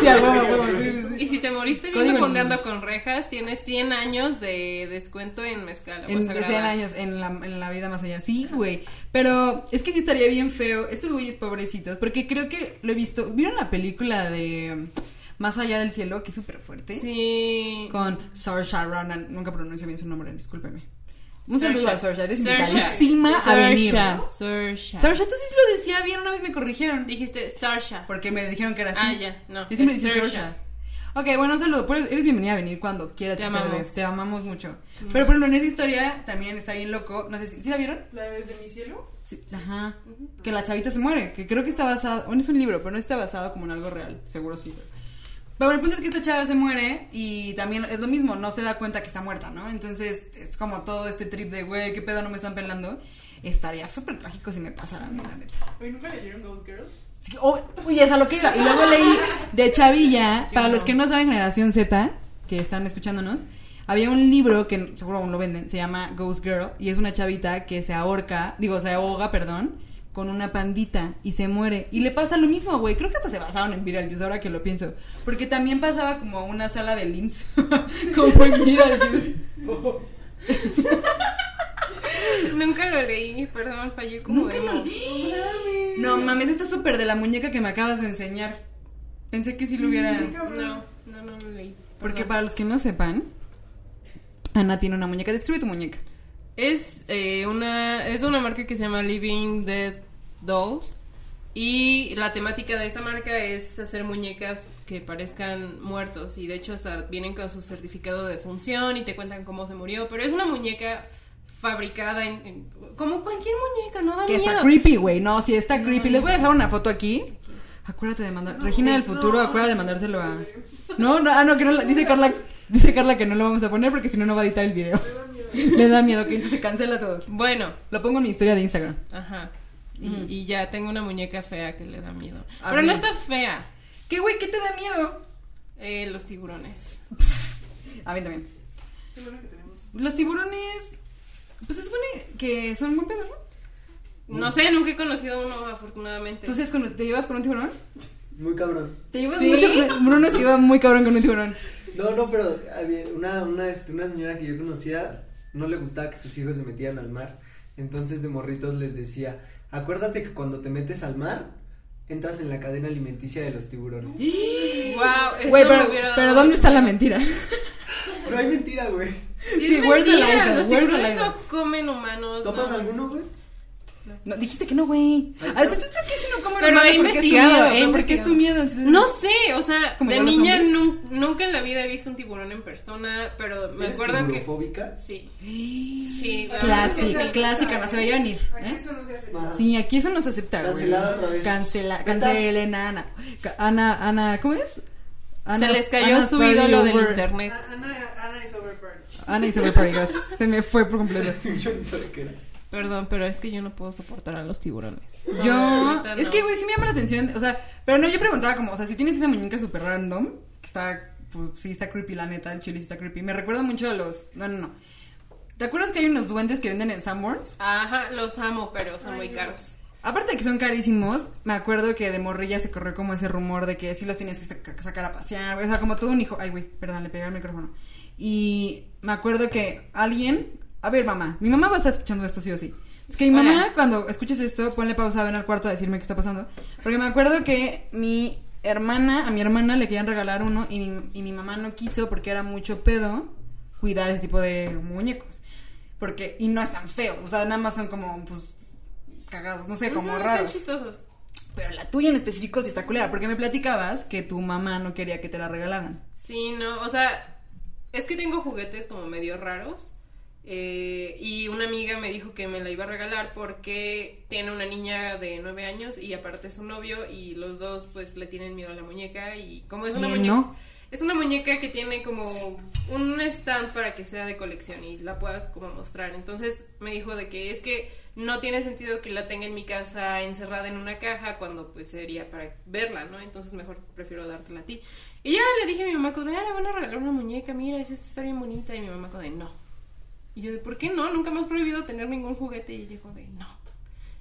[SPEAKER 1] Sí, a huevo, a huevo, sí, sí, sí.
[SPEAKER 2] Y si te moriste
[SPEAKER 1] Código
[SPEAKER 2] viendo
[SPEAKER 1] en-
[SPEAKER 2] fondeando con rejas, tienes 100 años de descuento en mezcal.
[SPEAKER 1] En 100 años, en la, en la vida más allá. Sí, güey. Pero es que sí estaría bien feo. Estos güeyes pobrecitos. Porque creo que lo he visto. ¿Vieron la película de mm, Más allá del cielo? Que es súper fuerte.
[SPEAKER 2] Sí.
[SPEAKER 1] Con Saoirse Ronan. Nunca pronuncio bien su nombre, discúlpeme. Un
[SPEAKER 2] Saoirse.
[SPEAKER 1] saludo a Saoirse. Eres
[SPEAKER 2] Saoirse.
[SPEAKER 1] invitadísima a venir.
[SPEAKER 2] Saoirse,
[SPEAKER 1] ¿no?
[SPEAKER 2] Saoirse.
[SPEAKER 1] Saoirse, tú sí lo decía bien. Una vez me corrigieron.
[SPEAKER 2] Dijiste Sarsha.
[SPEAKER 1] Porque me dijeron que era así.
[SPEAKER 2] Ah, ya, no,
[SPEAKER 1] Yo siempre
[SPEAKER 2] es
[SPEAKER 1] dije
[SPEAKER 2] Saoirse.
[SPEAKER 1] Saoirse. Ok, bueno, un saludo. Pues eres bienvenida a venir cuando quieras.
[SPEAKER 2] Te
[SPEAKER 1] chica bebé.
[SPEAKER 2] amamos. Mm.
[SPEAKER 1] Te amamos mucho. Pero, por ejemplo, en esa historia también está bien loco. No sé si... ¿Sí la vieron?
[SPEAKER 4] La de desde mi cielo.
[SPEAKER 1] Sí, ajá. Que la chavita se muere, que creo que está basado, bueno, es un libro, pero no está basado como en algo real, seguro sí. Pero, pero el punto es que esta chava se muere y también es lo mismo, no se da cuenta que está muerta, ¿no? Entonces es como todo este trip de, güey, qué pedo, no me están pelando. Estaría súper trágico si me pasara a mí, la neta.
[SPEAKER 4] Oye, ¿nunca leyeron Ghost Girl?
[SPEAKER 1] Así que, oh, uy, es a lo que iba. Y luego leí de Chavilla,
[SPEAKER 2] Yo
[SPEAKER 1] para los
[SPEAKER 2] no.
[SPEAKER 1] que no saben, Generación Z, que están escuchándonos, había un libro que seguro aún lo venden, se llama Ghost Girl, y es una chavita que se ahorca, digo, se ahoga, perdón, con una pandita y se muere. Y le pasa lo mismo, güey. Creo que hasta se basaron en Viral Views, ahora que lo pienso. Porque también pasaba como a una sala de IMSS, <laughs> como en Viral Views.
[SPEAKER 2] Nunca lo leí, perdón, fallé como
[SPEAKER 1] Nunca
[SPEAKER 2] emo.
[SPEAKER 1] lo No mames, esto es súper de la muñeca que me acabas de enseñar. Pensé que si lo hubiera...
[SPEAKER 4] Sí, cabrón.
[SPEAKER 2] No, no, no lo leí.
[SPEAKER 1] Porque
[SPEAKER 2] Perdón.
[SPEAKER 1] para los que no sepan, Ana tiene una muñeca. Describe tu muñeca.
[SPEAKER 2] Es eh, una es de una marca que se llama Living Dead Dolls y la temática de esa marca es hacer muñecas que parezcan muertos y de hecho hasta vienen con su certificado de función y te cuentan cómo se murió, pero es una muñeca fabricada en, en- como cualquier muñeca, no da
[SPEAKER 1] Que
[SPEAKER 2] miedo.
[SPEAKER 1] está creepy, güey. No, sí, está creepy.
[SPEAKER 2] Ah, no.
[SPEAKER 1] Les voy a dejar una foto aquí. Acuérdate de mandar. Regina del futuro, acuérdate de mandárselo a. No, no, ah, no, que no. la- Dice Carla, dice Carla que no lo vamos a poner porque si no, no va a editar el video. <laughs> Le da miedo, que entonces se cancela todo.
[SPEAKER 2] Bueno,
[SPEAKER 1] Lo pongo en mi historia de Instagram.
[SPEAKER 2] ajá. Y, y ya tengo una muñeca fea que le da miedo.
[SPEAKER 1] A
[SPEAKER 2] Pero no
[SPEAKER 1] mí.
[SPEAKER 2] está fea.
[SPEAKER 1] ¿Qué, güey? ¿Qué te da miedo?
[SPEAKER 2] Eh, los tiburones.
[SPEAKER 1] A mí también.
[SPEAKER 4] Qué bueno que tenemos.
[SPEAKER 1] Los tiburones. Pues se supone que son muy pedos, ¿no?
[SPEAKER 2] No sé, nunca he conocido uno afortunadamente.
[SPEAKER 1] Entonces, ¿te llevas con un tiburón? <laughs>
[SPEAKER 3] Muy cabrón.
[SPEAKER 1] Te llevas
[SPEAKER 2] Sí.
[SPEAKER 1] mucho con- Bruno se lleva muy cabrón con un tiburón.
[SPEAKER 3] No, no, pero había una, una, este, una señora que yo conocía no le gustaba que sus hijos se metieran al mar. Entonces de morritos les decía, acuérdate que cuando te metes al mar, entras en la cadena alimenticia de
[SPEAKER 1] <laughs>
[SPEAKER 3] los tiburones.
[SPEAKER 2] Wow, eso
[SPEAKER 1] Güey,
[SPEAKER 2] me
[SPEAKER 1] pero,
[SPEAKER 2] hubiera dado
[SPEAKER 1] pero ¿dónde
[SPEAKER 2] mucho
[SPEAKER 1] está la
[SPEAKER 2] miedo.
[SPEAKER 1] mentira?
[SPEAKER 3] No hay mentira, güey.
[SPEAKER 2] Sí,
[SPEAKER 1] Sí,
[SPEAKER 2] es
[SPEAKER 1] where's the
[SPEAKER 2] mentira,
[SPEAKER 1] line,
[SPEAKER 2] los
[SPEAKER 1] where's the
[SPEAKER 2] tiburones
[SPEAKER 1] line?
[SPEAKER 2] no comen humanos.
[SPEAKER 3] ¿Topas
[SPEAKER 2] no.
[SPEAKER 3] alguno, güey?
[SPEAKER 1] No, dijiste que no, güey.
[SPEAKER 3] Ahí está.
[SPEAKER 1] Ah, ¿tú crees que si no como
[SPEAKER 2] Pero
[SPEAKER 1] hermano,
[SPEAKER 2] he
[SPEAKER 1] porque es tu
[SPEAKER 2] investigado,
[SPEAKER 1] miedo,
[SPEAKER 2] he
[SPEAKER 1] ¿no? Porque es tu miedo. entonces-
[SPEAKER 2] No sé, o sea,
[SPEAKER 1] ¿Como
[SPEAKER 2] de
[SPEAKER 1] igual los
[SPEAKER 2] niña
[SPEAKER 1] hombres?
[SPEAKER 2] nun- nunca en la vida he visto un tiburón en persona, pero me
[SPEAKER 3] ¿Eres
[SPEAKER 2] acuerdo que...
[SPEAKER 3] tiburofóbica? <laughs>
[SPEAKER 2] Sí,
[SPEAKER 1] Sí,
[SPEAKER 2] sí. la verdad es que
[SPEAKER 1] Clásica,
[SPEAKER 2] sí.
[SPEAKER 1] clásica, no se veía venir.
[SPEAKER 4] Aquí
[SPEAKER 1] ¿eh?
[SPEAKER 4] eso no se hace.
[SPEAKER 3] Ajá.
[SPEAKER 1] Sí, aquí eso no se acepta, güey.
[SPEAKER 3] Cancelada otra vez.
[SPEAKER 1] Cancela,
[SPEAKER 3] Venta.
[SPEAKER 1] cancela, Ana. Ca- Ana, Ana, ¿cómo es? Ana-
[SPEAKER 2] Se les cayó
[SPEAKER 1] Ana's
[SPEAKER 2] su
[SPEAKER 1] party
[SPEAKER 2] ídolo del
[SPEAKER 1] over.
[SPEAKER 2] internet.
[SPEAKER 4] Ah, Ana, Ana is overburned.
[SPEAKER 1] Ana hizo party, gracias. Se me fue por completo.
[SPEAKER 3] yo ni sabía qué era.
[SPEAKER 2] Perdón, pero es que yo no puedo soportar a los tiburones.
[SPEAKER 1] Yo,
[SPEAKER 2] ahorita
[SPEAKER 1] es
[SPEAKER 2] no.
[SPEAKER 1] que, güey, sí me llama la atención. O sea, pero no, yo preguntaba como, o sea, si tienes esa muñeca súper random, que está, pues sí, está creepy, la neta, el chile sí está creepy. Me recuerda mucho a los. No, no, no. ¿Te acuerdas que hay unos duendes que venden en Sanborns?
[SPEAKER 2] Ajá, los amo, pero son
[SPEAKER 4] Ay,
[SPEAKER 2] muy
[SPEAKER 4] no.
[SPEAKER 2] caros.
[SPEAKER 1] Aparte de que son carísimos, me acuerdo que de morrilla se corrió como ese rumor de que sí los tenías que saca- sacar a pasear, güey. O sea, como todo un hijo. Ay, güey, perdón, le pegué al micrófono. Y me acuerdo que alguien. A ver, mamá, mi mamá va a estar escuchando esto sí o sí. Es que mi mamá,
[SPEAKER 2] Hola.
[SPEAKER 1] cuando escuches esto, ponle pausa, ven al cuarto a decirme qué está pasando. Porque me acuerdo que mi hermana, a mi hermana le querían regalar uno y mi, y mi mamá no quiso porque era mucho pedo cuidar ese tipo de muñecos. Porque, y no están feos, o sea, nada más son como, pues, cagados, no sé, como
[SPEAKER 2] Ujú, Están
[SPEAKER 1] raros.
[SPEAKER 2] chistosos.
[SPEAKER 1] Pero la tuya en específico sí está culera, porque me platicabas que tu mamá no quería que te la regalaran.
[SPEAKER 2] Sí, no, o sea, es que tengo juguetes como medio raros. eh, y una amiga me dijo que me la iba a regalar porque tiene una niña de nueve años y aparte es su novio y los dos pues le tienen miedo a la muñeca y como es una
[SPEAKER 1] ¿Quién
[SPEAKER 2] muñeca...
[SPEAKER 1] no?
[SPEAKER 2] Es una muñeca que tiene como un stand para que sea de colección y la puedas como mostrar. Entonces me dijo de que es que no tiene sentido que la tenga en mi casa encerrada en una caja cuando pues sería para verla, ¿no? Entonces mejor prefiero dártela a ti. Y ya le dije a mi mamá como de, ah, le van a regalar una muñeca, mira, es esta está bien bonita. Y mi mamá como de, no. Y yo de, ¿por qué no? Nunca me has prohibido tener ningún juguete. Y ella como de, no.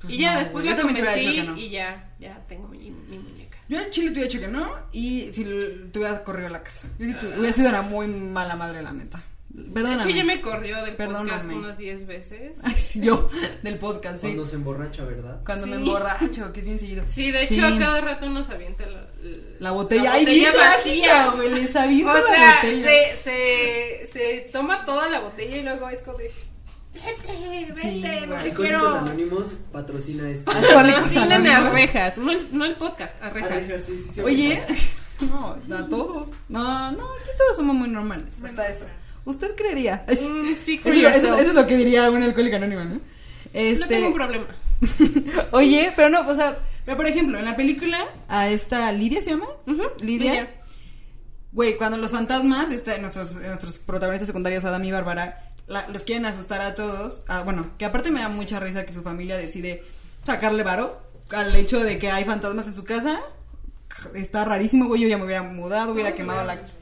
[SPEAKER 1] Pues
[SPEAKER 2] y ya
[SPEAKER 1] no,
[SPEAKER 2] después
[SPEAKER 1] güey,
[SPEAKER 2] la
[SPEAKER 1] yo también te hubiera
[SPEAKER 2] convencí
[SPEAKER 1] dicho que no.
[SPEAKER 2] y ya, ya tengo mi, mi muñeca.
[SPEAKER 1] Yo en Chile te hubiera dicho que no y si l- te hubiera corrido a la casa. Yo sí tu- hubiera sido una muy mala madre, la neta.
[SPEAKER 2] De
[SPEAKER 1] Perdóname.
[SPEAKER 2] hecho, ya me corrió del podcast
[SPEAKER 1] Perdóname. Ah,
[SPEAKER 2] unas 10 veces.
[SPEAKER 1] Ay, sí, <laughs> yo, del podcast, sí.
[SPEAKER 3] Cuando se emborracha, ¿verdad?
[SPEAKER 1] Cuando me
[SPEAKER 2] Sí.
[SPEAKER 1] emborracho, que es bien seguido.
[SPEAKER 2] Sí, de
[SPEAKER 1] Sí.
[SPEAKER 2] hecho, a cada rato nos avienta la, la-
[SPEAKER 1] La botella.
[SPEAKER 2] la
[SPEAKER 1] ¡Ay, bien
[SPEAKER 2] botella
[SPEAKER 1] trágica, güey! Les aviento
[SPEAKER 2] O
[SPEAKER 1] la
[SPEAKER 2] sea,
[SPEAKER 1] botella.
[SPEAKER 2] se, se, se toma toda la botella y luego es como de. Vete, vete,
[SPEAKER 1] Sí, güey.
[SPEAKER 2] no te
[SPEAKER 3] Alcohólicos
[SPEAKER 2] quiero.
[SPEAKER 3] Anónimos patrocina este. esto.
[SPEAKER 2] Patrocinan a
[SPEAKER 1] Anónimos.
[SPEAKER 2] rejas, no el, no el podcast, a
[SPEAKER 3] Ah,
[SPEAKER 2] rejas.
[SPEAKER 3] deja, sí, sí, sí,
[SPEAKER 1] Oye,
[SPEAKER 3] ahorita.
[SPEAKER 1] <laughs> no, a todos. No, no, aquí todos somos muy normales.
[SPEAKER 4] Bueno,
[SPEAKER 1] Hasta eso. ¿Usted creería? Eso,
[SPEAKER 2] Mm, speak for
[SPEAKER 1] es lo- eso-
[SPEAKER 2] yourself.
[SPEAKER 1] eso es lo este, que diría un alcohólico anónimo, ¿no? Este,
[SPEAKER 2] No tengo un problema.
[SPEAKER 1] <laughs> Oye, pero no, o sea, pero por ejemplo, en la película, a esta Lidia se llama.
[SPEAKER 2] Ujú,
[SPEAKER 1] Lidia.
[SPEAKER 2] Lidia.
[SPEAKER 1] Güey, cuando los fantasmas, este, nuestros, nuestros protagonistas secundarios, Adam y Bárbara, la- los quieren asustar a todos. Ah, bueno, que aparte me da mucha risa que su familia decide sacarle varo al hecho de que hay fantasmas en su casa. Está rarísimo, güey. Yo ya me hubiera mudado, hubiera
[SPEAKER 4] Todos
[SPEAKER 1] quemado la.
[SPEAKER 4] hubieran hecho.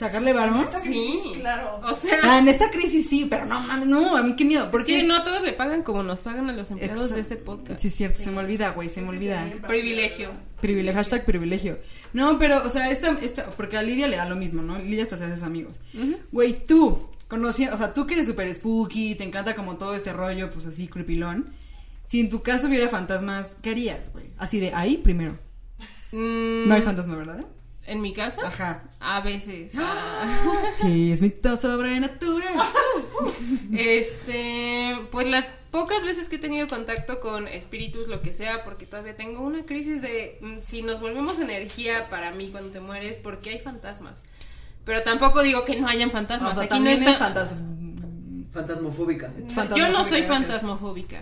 [SPEAKER 1] ¿Sacarle varo?
[SPEAKER 4] Esa crisis,
[SPEAKER 2] Sí.
[SPEAKER 4] Claro.
[SPEAKER 2] O sea,
[SPEAKER 1] Ah, en esta crisis sí, pero no mames, no, a mí qué miedo. Porque
[SPEAKER 2] porque no a todos le pagan como nos pagan a los empleados
[SPEAKER 1] Exacto.
[SPEAKER 2] de este podcast.
[SPEAKER 1] Sí, es cierto, se me olvida, güey, se me olvida.
[SPEAKER 4] El
[SPEAKER 2] Privilegio.
[SPEAKER 1] Privilegio, hashtag privilegio. No, pero, o sea, esta, esta, porque a Lidia le da lo mismo, ¿no? Lidia hasta se hace sus amigos.
[SPEAKER 2] Ujú.
[SPEAKER 1] Güey, tú, conociendo, o sea, tú que eres súper spooky, te encanta como todo este rollo, pues así, creepilón. Si en tu caso hubiera fantasmas, ¿qué harías, güey? Así de ahí primero.
[SPEAKER 2] Mm,
[SPEAKER 1] No hay Ah. fantasma, ¿verdad?
[SPEAKER 2] ¿En mi casa?
[SPEAKER 1] Ajá.
[SPEAKER 2] A veces. Ah.
[SPEAKER 1] Chismito sobrenatural.
[SPEAKER 2] <laughs> Este, pues las pocas veces que he tenido contacto con espíritus, lo que sea, porque todavía tengo una crisis de mm, si nos volvemos energía para mí cuando te mueres, porque hay fantasmas. Pero tampoco digo que no hayan fantasmas.
[SPEAKER 1] O sea,
[SPEAKER 2] Aquí no
[SPEAKER 1] también
[SPEAKER 2] está.
[SPEAKER 1] es fantasma. <laughs>
[SPEAKER 3] Fantasmofóbica.
[SPEAKER 2] No,
[SPEAKER 1] fantasmofóbica,
[SPEAKER 2] Yo no soy
[SPEAKER 1] gracias.
[SPEAKER 2] fantasmofóbica.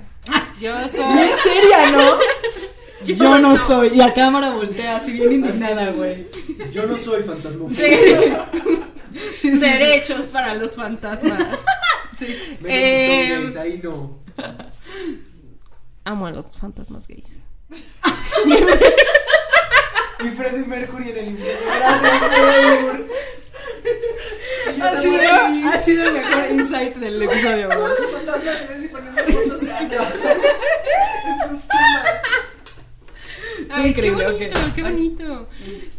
[SPEAKER 2] Yo soy.
[SPEAKER 1] Bien seria, ¿no?
[SPEAKER 2] <laughs>
[SPEAKER 1] <laughs>
[SPEAKER 2] Yo
[SPEAKER 1] Ah, Yo no
[SPEAKER 2] no.
[SPEAKER 1] soy. Y la cámara voltea así bien indignada, güey.
[SPEAKER 3] Yo no soy fantasmofóbica.
[SPEAKER 2] de-
[SPEAKER 1] <laughs> Sí, sí, sí.
[SPEAKER 2] derechos para los fantasmas.
[SPEAKER 1] Sí.
[SPEAKER 3] Menos si
[SPEAKER 2] Eh,
[SPEAKER 3] son gays, ahí no.
[SPEAKER 2] Amo a los fantasmas gays.
[SPEAKER 3] Y Freddie Mercury en el infierno. Gracias, Freddie. Y yo
[SPEAKER 1] Ha sido,
[SPEAKER 3] también.
[SPEAKER 1] ha sido el mejor insight del episodio, güey.
[SPEAKER 4] Todos los fantasmas que ves y ponen fotos de Ana. En sus tumbas.
[SPEAKER 2] Ay, qué
[SPEAKER 1] increíble,
[SPEAKER 2] bonito,
[SPEAKER 1] ok.
[SPEAKER 2] qué bonito.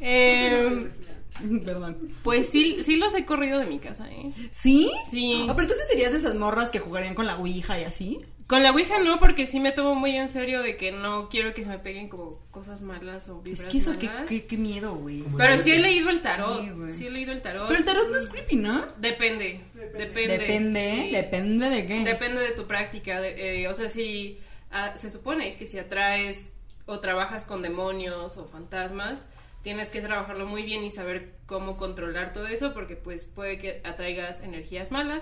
[SPEAKER 2] Eh,
[SPEAKER 1] <laughs> Perdón.
[SPEAKER 2] pues sí, sí los he corrido de mi casa, ¿eh?
[SPEAKER 1] ¿Sí?
[SPEAKER 2] Sí.
[SPEAKER 1] Ah, pero tú sí serías de esas morras que jugarían con la Ouija y así.
[SPEAKER 2] Con la Ouija no, porque sí me tomo muy en serio de que no quiero que se me peguen como cosas malas o
[SPEAKER 1] Es
[SPEAKER 2] vibras
[SPEAKER 1] que eso, qué,
[SPEAKER 2] malas.
[SPEAKER 1] qué, qué miedo, güey.
[SPEAKER 3] Como
[SPEAKER 2] Pero
[SPEAKER 3] el
[SPEAKER 2] sí he
[SPEAKER 3] otro.
[SPEAKER 2] leído el
[SPEAKER 1] Sí,
[SPEAKER 2] tarot,
[SPEAKER 1] güey.
[SPEAKER 2] sí he leído el tarot.
[SPEAKER 1] Pero el tarot no es creepy, ¿no?
[SPEAKER 2] Depende,
[SPEAKER 4] Depende.
[SPEAKER 2] depende.
[SPEAKER 1] Depende,
[SPEAKER 2] Sí.
[SPEAKER 1] depende de qué.
[SPEAKER 2] Depende de tu práctica. de- eh, o sea, si ah, se supone que si atraes o trabajas con demonios o fantasmas, tienes que trabajarlo muy bien y saber cómo controlar todo eso, porque pues puede que atraigas energías malas.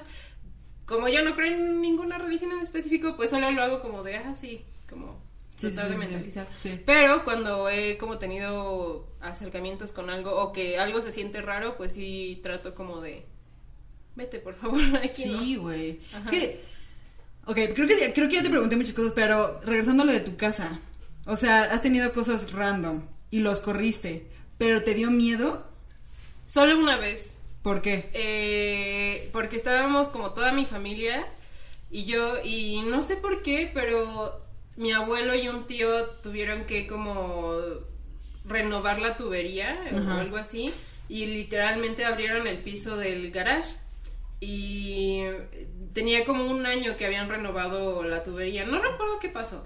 [SPEAKER 2] Como yo no creo en ninguna religión en específico, pues solo lo hago como de así, como
[SPEAKER 1] Sí,
[SPEAKER 2] tratar
[SPEAKER 1] sí, sí,
[SPEAKER 2] de
[SPEAKER 1] sí.
[SPEAKER 2] mentalizar.
[SPEAKER 1] Sí.
[SPEAKER 2] Pero cuando he como tenido acercamientos con algo o que algo se siente raro, pues sí trato como de vete por favor <laughs> aquí. no".
[SPEAKER 1] Sí, güey.
[SPEAKER 2] Ajá.
[SPEAKER 1] Que- Ok, creo que, creo que ya te pregunté muchas cosas, pero regresando a lo de tu casa. O sea, has tenido cosas random y los corriste, pero te dio miedo.
[SPEAKER 2] Solo una vez,
[SPEAKER 1] ¿Por qué?
[SPEAKER 2] eh, porque estábamos como toda mi familia y yo, y no sé por qué, pero mi abuelo y un tío tuvieron que como renovar la tubería
[SPEAKER 1] Ajá.
[SPEAKER 2] o algo así y literalmente abrieron el piso del garage y tenía como un año que habían renovado la tubería, no recuerdo qué pasó.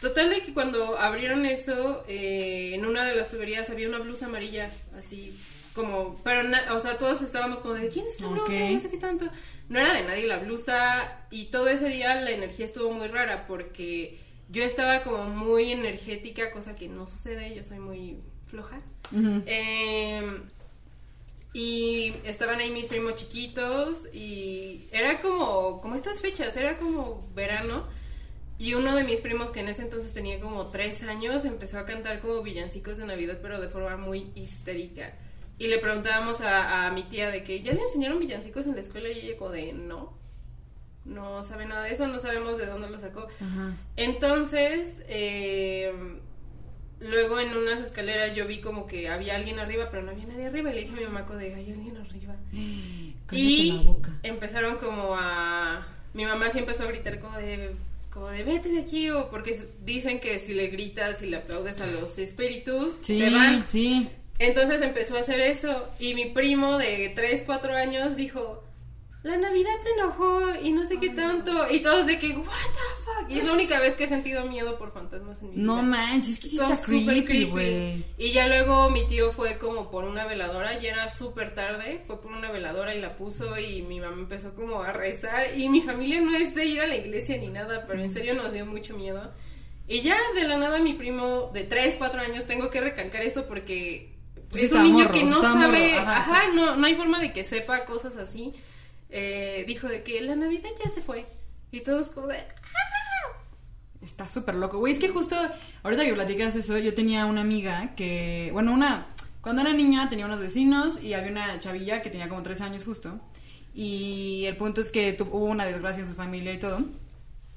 [SPEAKER 2] Total de que cuando abrieron eso, eh, en una de las tuberías había una blusa amarilla, así como, pero, na- o sea, todos estábamos como de, ¿quién es esa blusa?
[SPEAKER 1] Ok.
[SPEAKER 2] No sé qué tanto. No era de nadie la blusa y todo ese día la energía estuvo muy rara porque yo estaba como muy energética, cosa que no sucede, yo soy muy floja.
[SPEAKER 1] Ujú.
[SPEAKER 2] Eh, y estaban ahí mis primos chiquitos y era como, como estas fechas, era como verano. Y uno de mis primos que en ese entonces tenía como tres años empezó a cantar como villancicos de Navidad, pero de forma muy histérica. Y le preguntábamos a, a mi tía de que ya le enseñaron villancicos en la escuela y ella como de no. No sabe nada de eso, no sabemos de dónde lo sacó.
[SPEAKER 1] Ajá.
[SPEAKER 2] Entonces, eh, luego en unas escaleras yo vi como que había alguien arriba, pero no había nadie arriba. Y le dije a mi mamá como de, hay alguien arriba.
[SPEAKER 1] Cállate
[SPEAKER 2] y
[SPEAKER 1] la boca.
[SPEAKER 2] empezaron como a... Mi mamá sí empezó a gritar como de, como de, vete de aquí. O porque s- dicen que si le gritas y le aplaudes a los espíritus,
[SPEAKER 1] Sí,
[SPEAKER 2] se van.
[SPEAKER 1] sí.
[SPEAKER 2] Entonces empezó a hacer eso y mi primo de 3, 4 años dijo, la Navidad se enojó y no sé qué tanto y todos de que, what the fuck. Y es la única vez que he sentido miedo por fantasmas en mi vida.
[SPEAKER 1] No manches, es que sí
[SPEAKER 2] Son
[SPEAKER 1] está
[SPEAKER 2] súper
[SPEAKER 1] creepy,
[SPEAKER 2] creepy.
[SPEAKER 1] güey.
[SPEAKER 2] Y ya luego mi tío fue como por una veladora, ya era súper tarde, fue por una veladora y la puso y mi mamá empezó como a rezar y mi familia no es de ir a la iglesia ni nada, pero en serio nos dio mucho miedo. Y ya de la nada mi primo de 3, 4 años, tengo que recalcar esto porque
[SPEAKER 1] Pues
[SPEAKER 2] es
[SPEAKER 1] está
[SPEAKER 2] un niño
[SPEAKER 1] morro,
[SPEAKER 2] que no
[SPEAKER 1] está
[SPEAKER 2] sabe,
[SPEAKER 1] morro, ajá,
[SPEAKER 2] ajá,
[SPEAKER 1] sí.
[SPEAKER 2] no, no hay forma de que sepa cosas así. Eh, dijo de que la Navidad ya se fue y todos como de... "Ah,
[SPEAKER 1] Está súper loco, güey. Es que justo ahorita que platicas eso, yo tenía una amiga que, bueno, una, cuando era niña tenía unos vecinos y había una chavilla que tenía como tres años justo. Y el punto es que tu- hubo una desgracia en su familia y todo.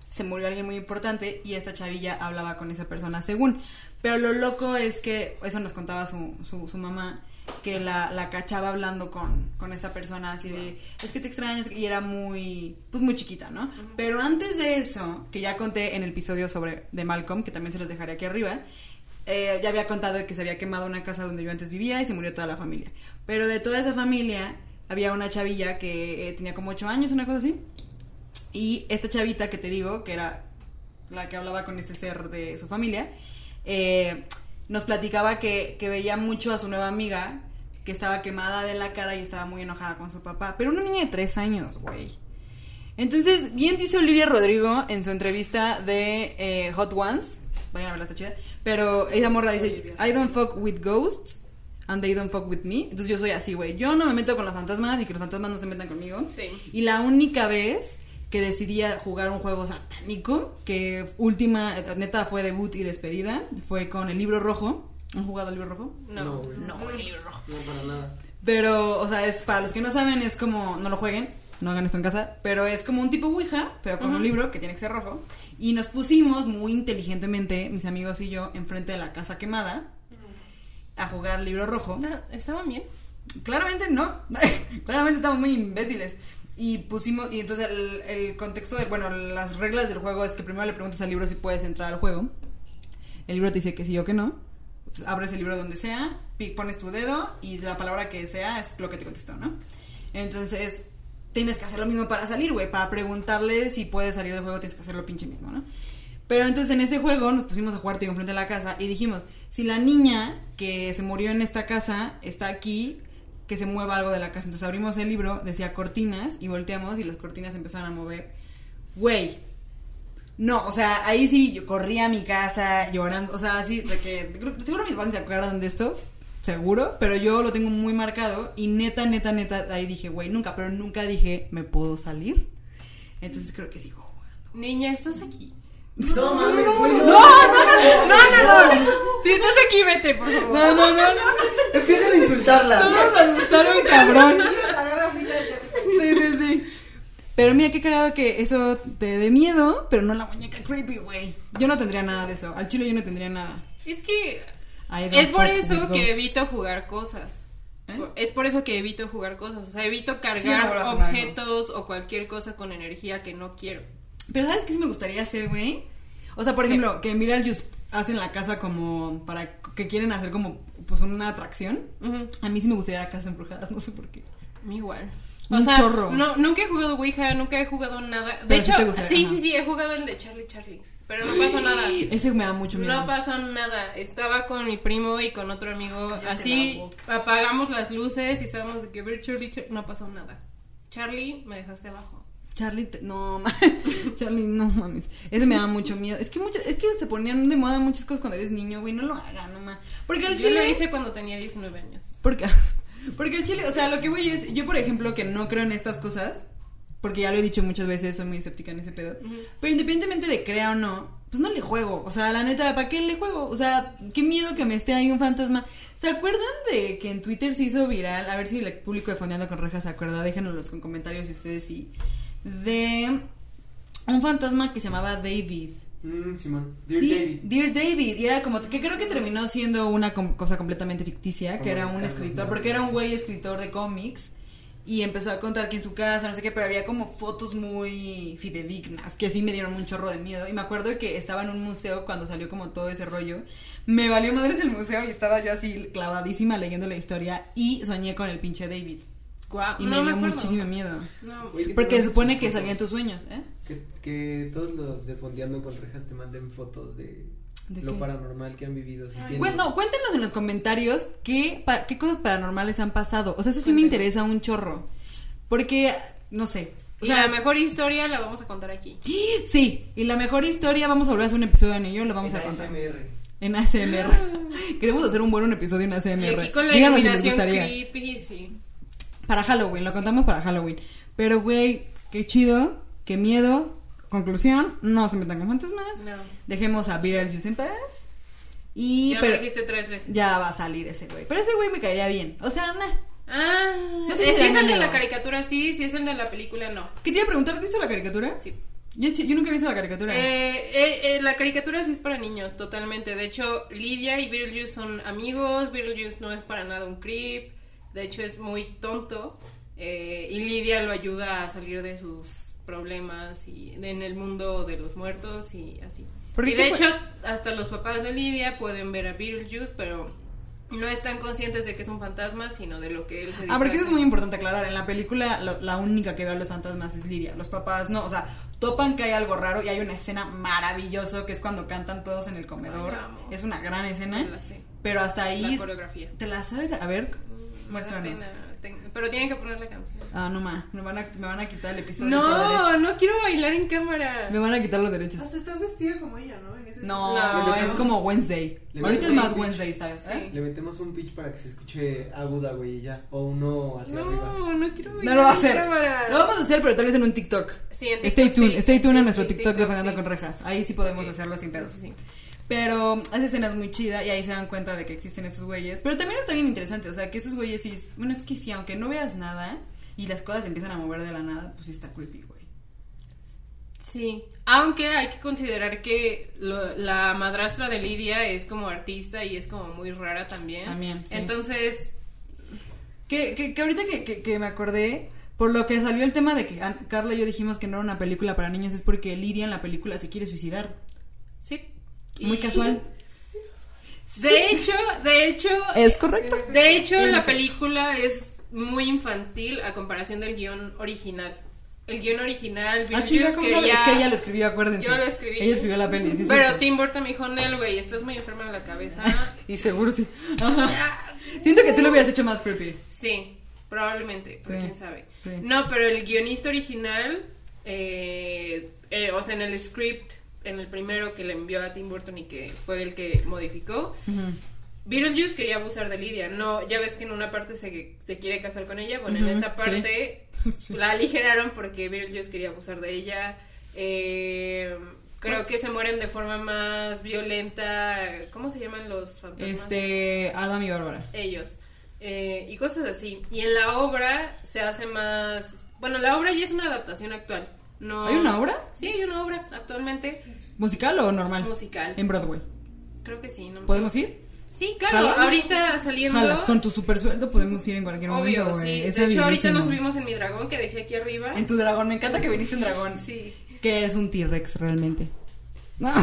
[SPEAKER 1] Se murió alguien muy importante y esta chavilla hablaba con esa persona según. Pero lo loco es que, eso nos contaba su, su, su mamá, que la, la cachaba hablando con, con esa persona así de, es que te extrañas y era muy, pues muy chiquita, ¿no? Pero antes de eso, que ya conté en el episodio sobre de Malcolm, que también se los dejaré aquí arriba, eh, ya había contado que se había quemado una casa donde yo antes vivía y se murió toda la familia. Pero de toda esa familia había una chavilla que eh, tenía como ocho años, una cosa así. Y esta chavita que te digo, que era la que hablaba con este ser de su familia, eh, nos platicaba que, que veía mucho a su nueva amiga, que estaba quemada de la cara y estaba muy enojada con su papá. Pero una niña de tres años, güey. Entonces, bien dice Olivia Rodrigo en su entrevista de eh, Hot Ones. Vayan a verla, está chida. Pero ella morra dice, I don't fuck with ghosts and they don't fuck with me. Entonces yo soy así, güey. Yo no me meto con los fantasmas y que los fantasmas no se metan conmigo.
[SPEAKER 2] Sí.
[SPEAKER 1] Y la única vez que decidí a jugar un juego satánico, que última, neta, fue debut y despedida, fue con el libro rojo. ¿Han jugado al libro rojo?
[SPEAKER 2] No,
[SPEAKER 3] No, güey. No,
[SPEAKER 1] el libro rojo.
[SPEAKER 3] No, para nada.
[SPEAKER 1] Pero, o sea, es para los que no saben, es como, no lo jueguen, no hagan esto en casa, pero es como un tipo Ouija, pero con un libro que tiene que ser rojo. Y nos pusimos muy inteligentemente, mis amigos y yo, enfrente de la casa quemada, a jugar libro rojo.
[SPEAKER 2] Na- Ah, ¿Estaban bien?
[SPEAKER 1] Claramente no, <laughs> claramente estamos muy imbéciles. Y pusimos, y entonces el, el contexto de, bueno, las reglas del juego es que primero le preguntas al libro si puedes entrar al juego. El libro te dice que sí o que no. Pues, abres el libro donde sea, pi- pones tu dedo y la palabra que sea es lo que te contestó, ¿no? Entonces, tienes que hacer lo mismo para salir, güey. Para preguntarle si puedes salir del juego, tienes que hacer lo pinche mismo, ¿no? Pero entonces en ese juego nos pusimos a jugar, te digo, enfrente de la casa y dijimos, si la niña que se murió en esta casa está aquí, que se mueva algo de la casa. Entonces abrimos el libro, decía cortinas y volteamos y las cortinas se empezaron a mover. Güey, no, o sea, ahí sí yo corría a mi casa llorando, o sea, así de que creo- seguro mis papás se acuerdan de esto, seguro, pero yo lo tengo muy marcado y neta, neta, neta, ahí dije, güey, nunca, pero nunca dije, ¿me puedo salir? Entonces creo que sigo jugando.
[SPEAKER 2] Niña, estás aquí.
[SPEAKER 3] No mames, güey. No,
[SPEAKER 1] no, no, no, no.
[SPEAKER 2] Si estás aquí, vete, por favor.
[SPEAKER 1] No, no, no, no.
[SPEAKER 3] Empiecen a insultarla.
[SPEAKER 1] Todos se asustaron, cabrón.
[SPEAKER 4] Agarra ahorita y ya
[SPEAKER 1] Sí,
[SPEAKER 4] te
[SPEAKER 1] sí, sí. Pero mira, qué cagado que eso te dé miedo, pero no la muñeca creepy, güey. Yo no tendría nada de eso. Al chile yo no tendría nada.
[SPEAKER 2] Es que
[SPEAKER 1] I don't
[SPEAKER 2] es por
[SPEAKER 1] fuck
[SPEAKER 2] eso
[SPEAKER 1] with
[SPEAKER 2] que
[SPEAKER 1] ghosts.
[SPEAKER 2] evito jugar cosas.
[SPEAKER 1] ¿Eh?
[SPEAKER 2] Por- Es por eso que evito jugar cosas. O sea, evito
[SPEAKER 1] Sí, no vuelvas
[SPEAKER 2] cargar
[SPEAKER 1] a jugar, no.
[SPEAKER 2] objetos o cualquier cosa con energía que no quiero.
[SPEAKER 1] Pero ¿sabes qué sí me gustaría hacer, güey? O sea, por ejemplo, que en Viral Juice hacen la casa como para que quieren hacer como pues una atracción.
[SPEAKER 2] Ujú.
[SPEAKER 1] A mí sí me gustaría la casa embrujadas, <laughs> no sé por qué.
[SPEAKER 2] Igual.
[SPEAKER 1] Un
[SPEAKER 2] O sea,
[SPEAKER 1] chorro.
[SPEAKER 2] No, nunca he jugado Ouija, nunca he jugado nada. De
[SPEAKER 1] Pero sí
[SPEAKER 2] hecho,
[SPEAKER 1] te
[SPEAKER 2] sí,
[SPEAKER 1] gustaría,
[SPEAKER 2] sí,
[SPEAKER 1] ajá.
[SPEAKER 2] sí, he jugado el de Charlie Charlie. Pero no pasó nada.
[SPEAKER 1] Ese me da mucho miedo.
[SPEAKER 2] No pasó nada. Estaba con mi primo y con otro amigo.
[SPEAKER 1] Cállate la
[SPEAKER 2] Así
[SPEAKER 1] boca.
[SPEAKER 2] apagamos las luces y estábamos de que ver Charlie, Charlie. No pasó nada. Charlie, me dejaste abajo.
[SPEAKER 1] Charlie, te- no, <laughs> ma- Charlie, no mames. Ese me da mucho miedo. Es que muchas, es que se ponían de moda muchas cosas cuando eres niño, güey. No lo hagan, no mames. Porque el
[SPEAKER 2] Yo
[SPEAKER 1] chile
[SPEAKER 2] lo hice cuando tenía 19 años.
[SPEAKER 1] Porque, <laughs> porque el chile, o sea, lo que voy es, yo por ejemplo que no creo en estas cosas, porque ya lo he dicho muchas veces, soy muy escéptica en ese pedo, pero independientemente de crea o no, pues no le juego. O sea, la neta, ¿para qué le juego? O sea, qué miedo que me esté ahí un fantasma. ¿Se acuerdan de que en Twitter se hizo viral? A ver si el público de Fondeando con Rejas se acuerda. Déjanoslos con comentarios si ustedes sí. De un fantasma que se llamaba David.
[SPEAKER 3] Mm, Simón. Dear
[SPEAKER 1] sí,
[SPEAKER 3] David.
[SPEAKER 1] Dear David. Y era como que creo que terminó siendo una com- cosa completamente ficticia, que
[SPEAKER 3] Como
[SPEAKER 1] era un
[SPEAKER 3] Carlos
[SPEAKER 1] escritor,
[SPEAKER 3] Martínez.
[SPEAKER 1] porque era un güey escritor de cómics. Y empezó a contar que en su casa, no sé qué, pero había como fotos muy fidedignas, que sí me dieron un chorro de miedo. Y me acuerdo que estaba en un museo cuando salió como todo ese rollo. Me valió madres el museo y estaba yo así clavadísima leyendo la historia y soñé con el pinche David.
[SPEAKER 2] Guau,
[SPEAKER 1] Y
[SPEAKER 2] no
[SPEAKER 1] me dio
[SPEAKER 2] acuerdo.
[SPEAKER 1] muchísimo miedo.
[SPEAKER 2] No.
[SPEAKER 3] Güey, que
[SPEAKER 1] Porque
[SPEAKER 3] tengan
[SPEAKER 1] supone
[SPEAKER 3] muchas
[SPEAKER 1] que
[SPEAKER 3] fotos.
[SPEAKER 1] salían tus sueños, ¿eh?
[SPEAKER 3] Que, que todos los de Fondeando con Rejas te manden fotos de,
[SPEAKER 1] ¿De
[SPEAKER 3] lo
[SPEAKER 1] qué?
[SPEAKER 3] paranormal que han vivido. Si tienen.
[SPEAKER 1] Bueno, cuéntenos en los comentarios qué, pa- qué cosas paranormales han pasado. O sea, eso sí me
[SPEAKER 2] Cuéntenos.
[SPEAKER 1] interesa un chorro. Porque, no sé. O
[SPEAKER 2] Y
[SPEAKER 1] sea,
[SPEAKER 2] la mejor historia la vamos a contar aquí.
[SPEAKER 1] <gasps> sí, y la mejor historia, vamos a volver a hacer un episodio en ello, lo vamos
[SPEAKER 3] En
[SPEAKER 1] a contar.
[SPEAKER 3] ASMR.
[SPEAKER 1] En
[SPEAKER 2] <laughs>
[SPEAKER 1] ASMR. Queremos hacer un buen episodio en ASMR.
[SPEAKER 2] Y aquí con la
[SPEAKER 1] Díganos si les
[SPEAKER 2] iluminación
[SPEAKER 1] gustaría.
[SPEAKER 2] creepy, sí.
[SPEAKER 1] Para Halloween, lo contamos para Halloween. Pero, güey, qué chido, qué miedo. Conclusión, no se metan con fantasmas.
[SPEAKER 2] No.
[SPEAKER 1] Dejemos a Beetlejuice en paz. Y,
[SPEAKER 2] ya
[SPEAKER 1] pero-
[SPEAKER 2] lo dijiste tres veces.
[SPEAKER 1] ya va a salir ese güey. Pero ese güey me caería bien. O sea, nah.
[SPEAKER 2] Ah,
[SPEAKER 1] No
[SPEAKER 2] eh,
[SPEAKER 1] sé
[SPEAKER 2] si
[SPEAKER 1] si
[SPEAKER 2] es
[SPEAKER 1] era
[SPEAKER 2] el de
[SPEAKER 1] mío.
[SPEAKER 2] la caricatura, sí. Si es el de la película, no.
[SPEAKER 1] ¿Qué te iba a preguntar? ¿Has visto la caricatura?
[SPEAKER 2] Sí.
[SPEAKER 1] Yo, ch- yo nunca he visto la caricatura.
[SPEAKER 2] Eh, eh, eh, la caricatura sí es para niños, totalmente. De hecho, Lidia y Beetlejuice son amigos. Beetlejuice no es para nada un creep. De hecho, es muy tonto. eh, y Lidia lo ayuda a salir de sus problemas y en el mundo de los muertos y así.
[SPEAKER 1] Porque
[SPEAKER 2] Y
[SPEAKER 1] ¿qué
[SPEAKER 2] de
[SPEAKER 1] fue?
[SPEAKER 2] hecho, hasta los papás de Lidia pueden ver a Beetlejuice, pero no están conscientes de que es un fantasma, sino de lo que él se
[SPEAKER 1] ah, porque eso es
[SPEAKER 2] disfraza.
[SPEAKER 1] muy importante aclarar. En la película, lo- la única que ve a los fantasmas es Lidia. Los papás no. O sea, topan que hay algo raro y hay una escena maravillosa que es cuando cantan todos en el comedor.
[SPEAKER 2] Ay, la amo.
[SPEAKER 1] es una gran
[SPEAKER 2] Me la
[SPEAKER 1] escena.
[SPEAKER 2] sé.
[SPEAKER 1] Pero hasta
[SPEAKER 2] La
[SPEAKER 1] ¿eh? ahí.
[SPEAKER 2] coreografía.
[SPEAKER 1] ¿Te la sabes? A ver,
[SPEAKER 2] Me da
[SPEAKER 1] muéstranos.
[SPEAKER 2] pena, ten- Pero tienen que poner la canción.
[SPEAKER 1] Ah, no más. Me, van a- me van a quitar el episodio. por
[SPEAKER 2] No,
[SPEAKER 1] derechos.
[SPEAKER 2] no quiero bailar en cámara.
[SPEAKER 1] Me van a quitar los derechos.
[SPEAKER 4] Hasta estás vestida como ella, ¿no? En ese
[SPEAKER 1] No,
[SPEAKER 2] No.
[SPEAKER 1] es como Wednesday.
[SPEAKER 3] Le
[SPEAKER 1] Ahorita es
[SPEAKER 3] metemos
[SPEAKER 1] más
[SPEAKER 3] un
[SPEAKER 1] Wednesday, ¿sabes?
[SPEAKER 2] Sí.
[SPEAKER 1] ¿Eh?
[SPEAKER 3] Le metemos un pitch para que se escuche aguda, güey, y ya. O uno hacia arriba.
[SPEAKER 2] No, no quiero bailar
[SPEAKER 1] No lo va a
[SPEAKER 2] en
[SPEAKER 1] hacer.
[SPEAKER 2] cámara.
[SPEAKER 1] Lo vamos a hacer, pero tal vez en un TikTok.
[SPEAKER 2] Sí, en
[SPEAKER 1] Stay
[SPEAKER 2] TikTok,
[SPEAKER 1] tuned,
[SPEAKER 2] sí.
[SPEAKER 1] stay tuned
[SPEAKER 2] Sí,
[SPEAKER 1] en nuestro
[SPEAKER 2] sí,
[SPEAKER 1] TikTok, de Fernando
[SPEAKER 2] sí.
[SPEAKER 1] con Rejas. Ahí sí podemos
[SPEAKER 2] Ok.
[SPEAKER 1] hacerlo sin pedos.
[SPEAKER 2] Sí, sí, sí.
[SPEAKER 1] Pero esa escena es muy chida y ahí se dan cuenta de que existen esos güeyes. Pero también está bien interesante, o sea, que esos güeyes sí. Bueno, es que sí, aunque no veas nada y las cosas se empiezan a mover de la nada, pues sí está creepy, güey.
[SPEAKER 2] Sí. Aunque hay que considerar que lo- la madrastra de Lidia es como artista y es como muy rara también.
[SPEAKER 1] También, sí.
[SPEAKER 2] Entonces,
[SPEAKER 1] Que, que, que ahorita que, que, que me acordé, por lo que salió el tema de que An- Carla y yo dijimos que no era una película para niños, es porque Lidia en la película se quiere suicidar.
[SPEAKER 2] sí.
[SPEAKER 1] Muy
[SPEAKER 2] Y-
[SPEAKER 1] casual.
[SPEAKER 2] De hecho, de
[SPEAKER 1] <laughs>
[SPEAKER 2] hecho,
[SPEAKER 1] Es correcto.
[SPEAKER 2] de hecho la película es muy infantil a comparación del guión original. El guión original,
[SPEAKER 1] Ah,
[SPEAKER 2] Beetlejuice
[SPEAKER 1] chinga, ¿cómo sabes?
[SPEAKER 2] quería-
[SPEAKER 1] Es que ella lo escribió, acuérdense.
[SPEAKER 2] Yo lo escribí.
[SPEAKER 1] Ella escribió la peli, sí, es
[SPEAKER 2] Pero
[SPEAKER 1] cierto.
[SPEAKER 2] Tim Burton me dijo, Nel, güey, estás muy enferma en la
[SPEAKER 1] <laughs>
[SPEAKER 2] cabeza.
[SPEAKER 1] Y seguro sí. Ajá. Siento que tú lo hubieras hecho más creepy.
[SPEAKER 2] Sí, probablemente, pero
[SPEAKER 1] Sí,
[SPEAKER 2] quién sabe.
[SPEAKER 1] sí.
[SPEAKER 2] No, pero el guionista original, eh, eh, o sea, en el script, en el primero que le envió a Tim Burton y que fue el que modificó, Beetlejuice quería abusar de Lidia. No, ya ves que en una parte se, se quiere casar con ella. Bueno, en
[SPEAKER 1] Ujú,
[SPEAKER 2] esa parte
[SPEAKER 1] <laughs>
[SPEAKER 2] la aligeraron porque Beetlejuice quería abusar de ella. Eh, creo que se mueren de forma más violenta. ¿Cómo se llaman los fantasmas?
[SPEAKER 1] Este, Adam y Bárbara.
[SPEAKER 2] ellos eh, y cosas así. Y en la obra se hace más. Bueno, la obra ya es una adaptación actual. No...
[SPEAKER 1] ¿Hay una obra?
[SPEAKER 2] Sí, hay una obra actualmente
[SPEAKER 1] ¿Musical o normal?
[SPEAKER 2] musical.
[SPEAKER 1] En Broadway.
[SPEAKER 2] Creo que sí. No... me-
[SPEAKER 1] ¿Podemos ir?
[SPEAKER 2] Sí, claro.
[SPEAKER 1] ¿Jalas?
[SPEAKER 2] Ahorita saliendo.
[SPEAKER 1] Jalas, con tu super sueldo podemos ir en cualquier
[SPEAKER 2] Obvio,
[SPEAKER 1] momento. güey.
[SPEAKER 2] sí.
[SPEAKER 1] Es
[SPEAKER 2] de hecho, ahorita
[SPEAKER 1] avidísimo.
[SPEAKER 2] nos subimos en mi dragón que dejé aquí arriba.
[SPEAKER 1] En tu dragón, me encanta que viniste en dragón.
[SPEAKER 2] Sí.
[SPEAKER 1] Que eres un T-Rex realmente. No,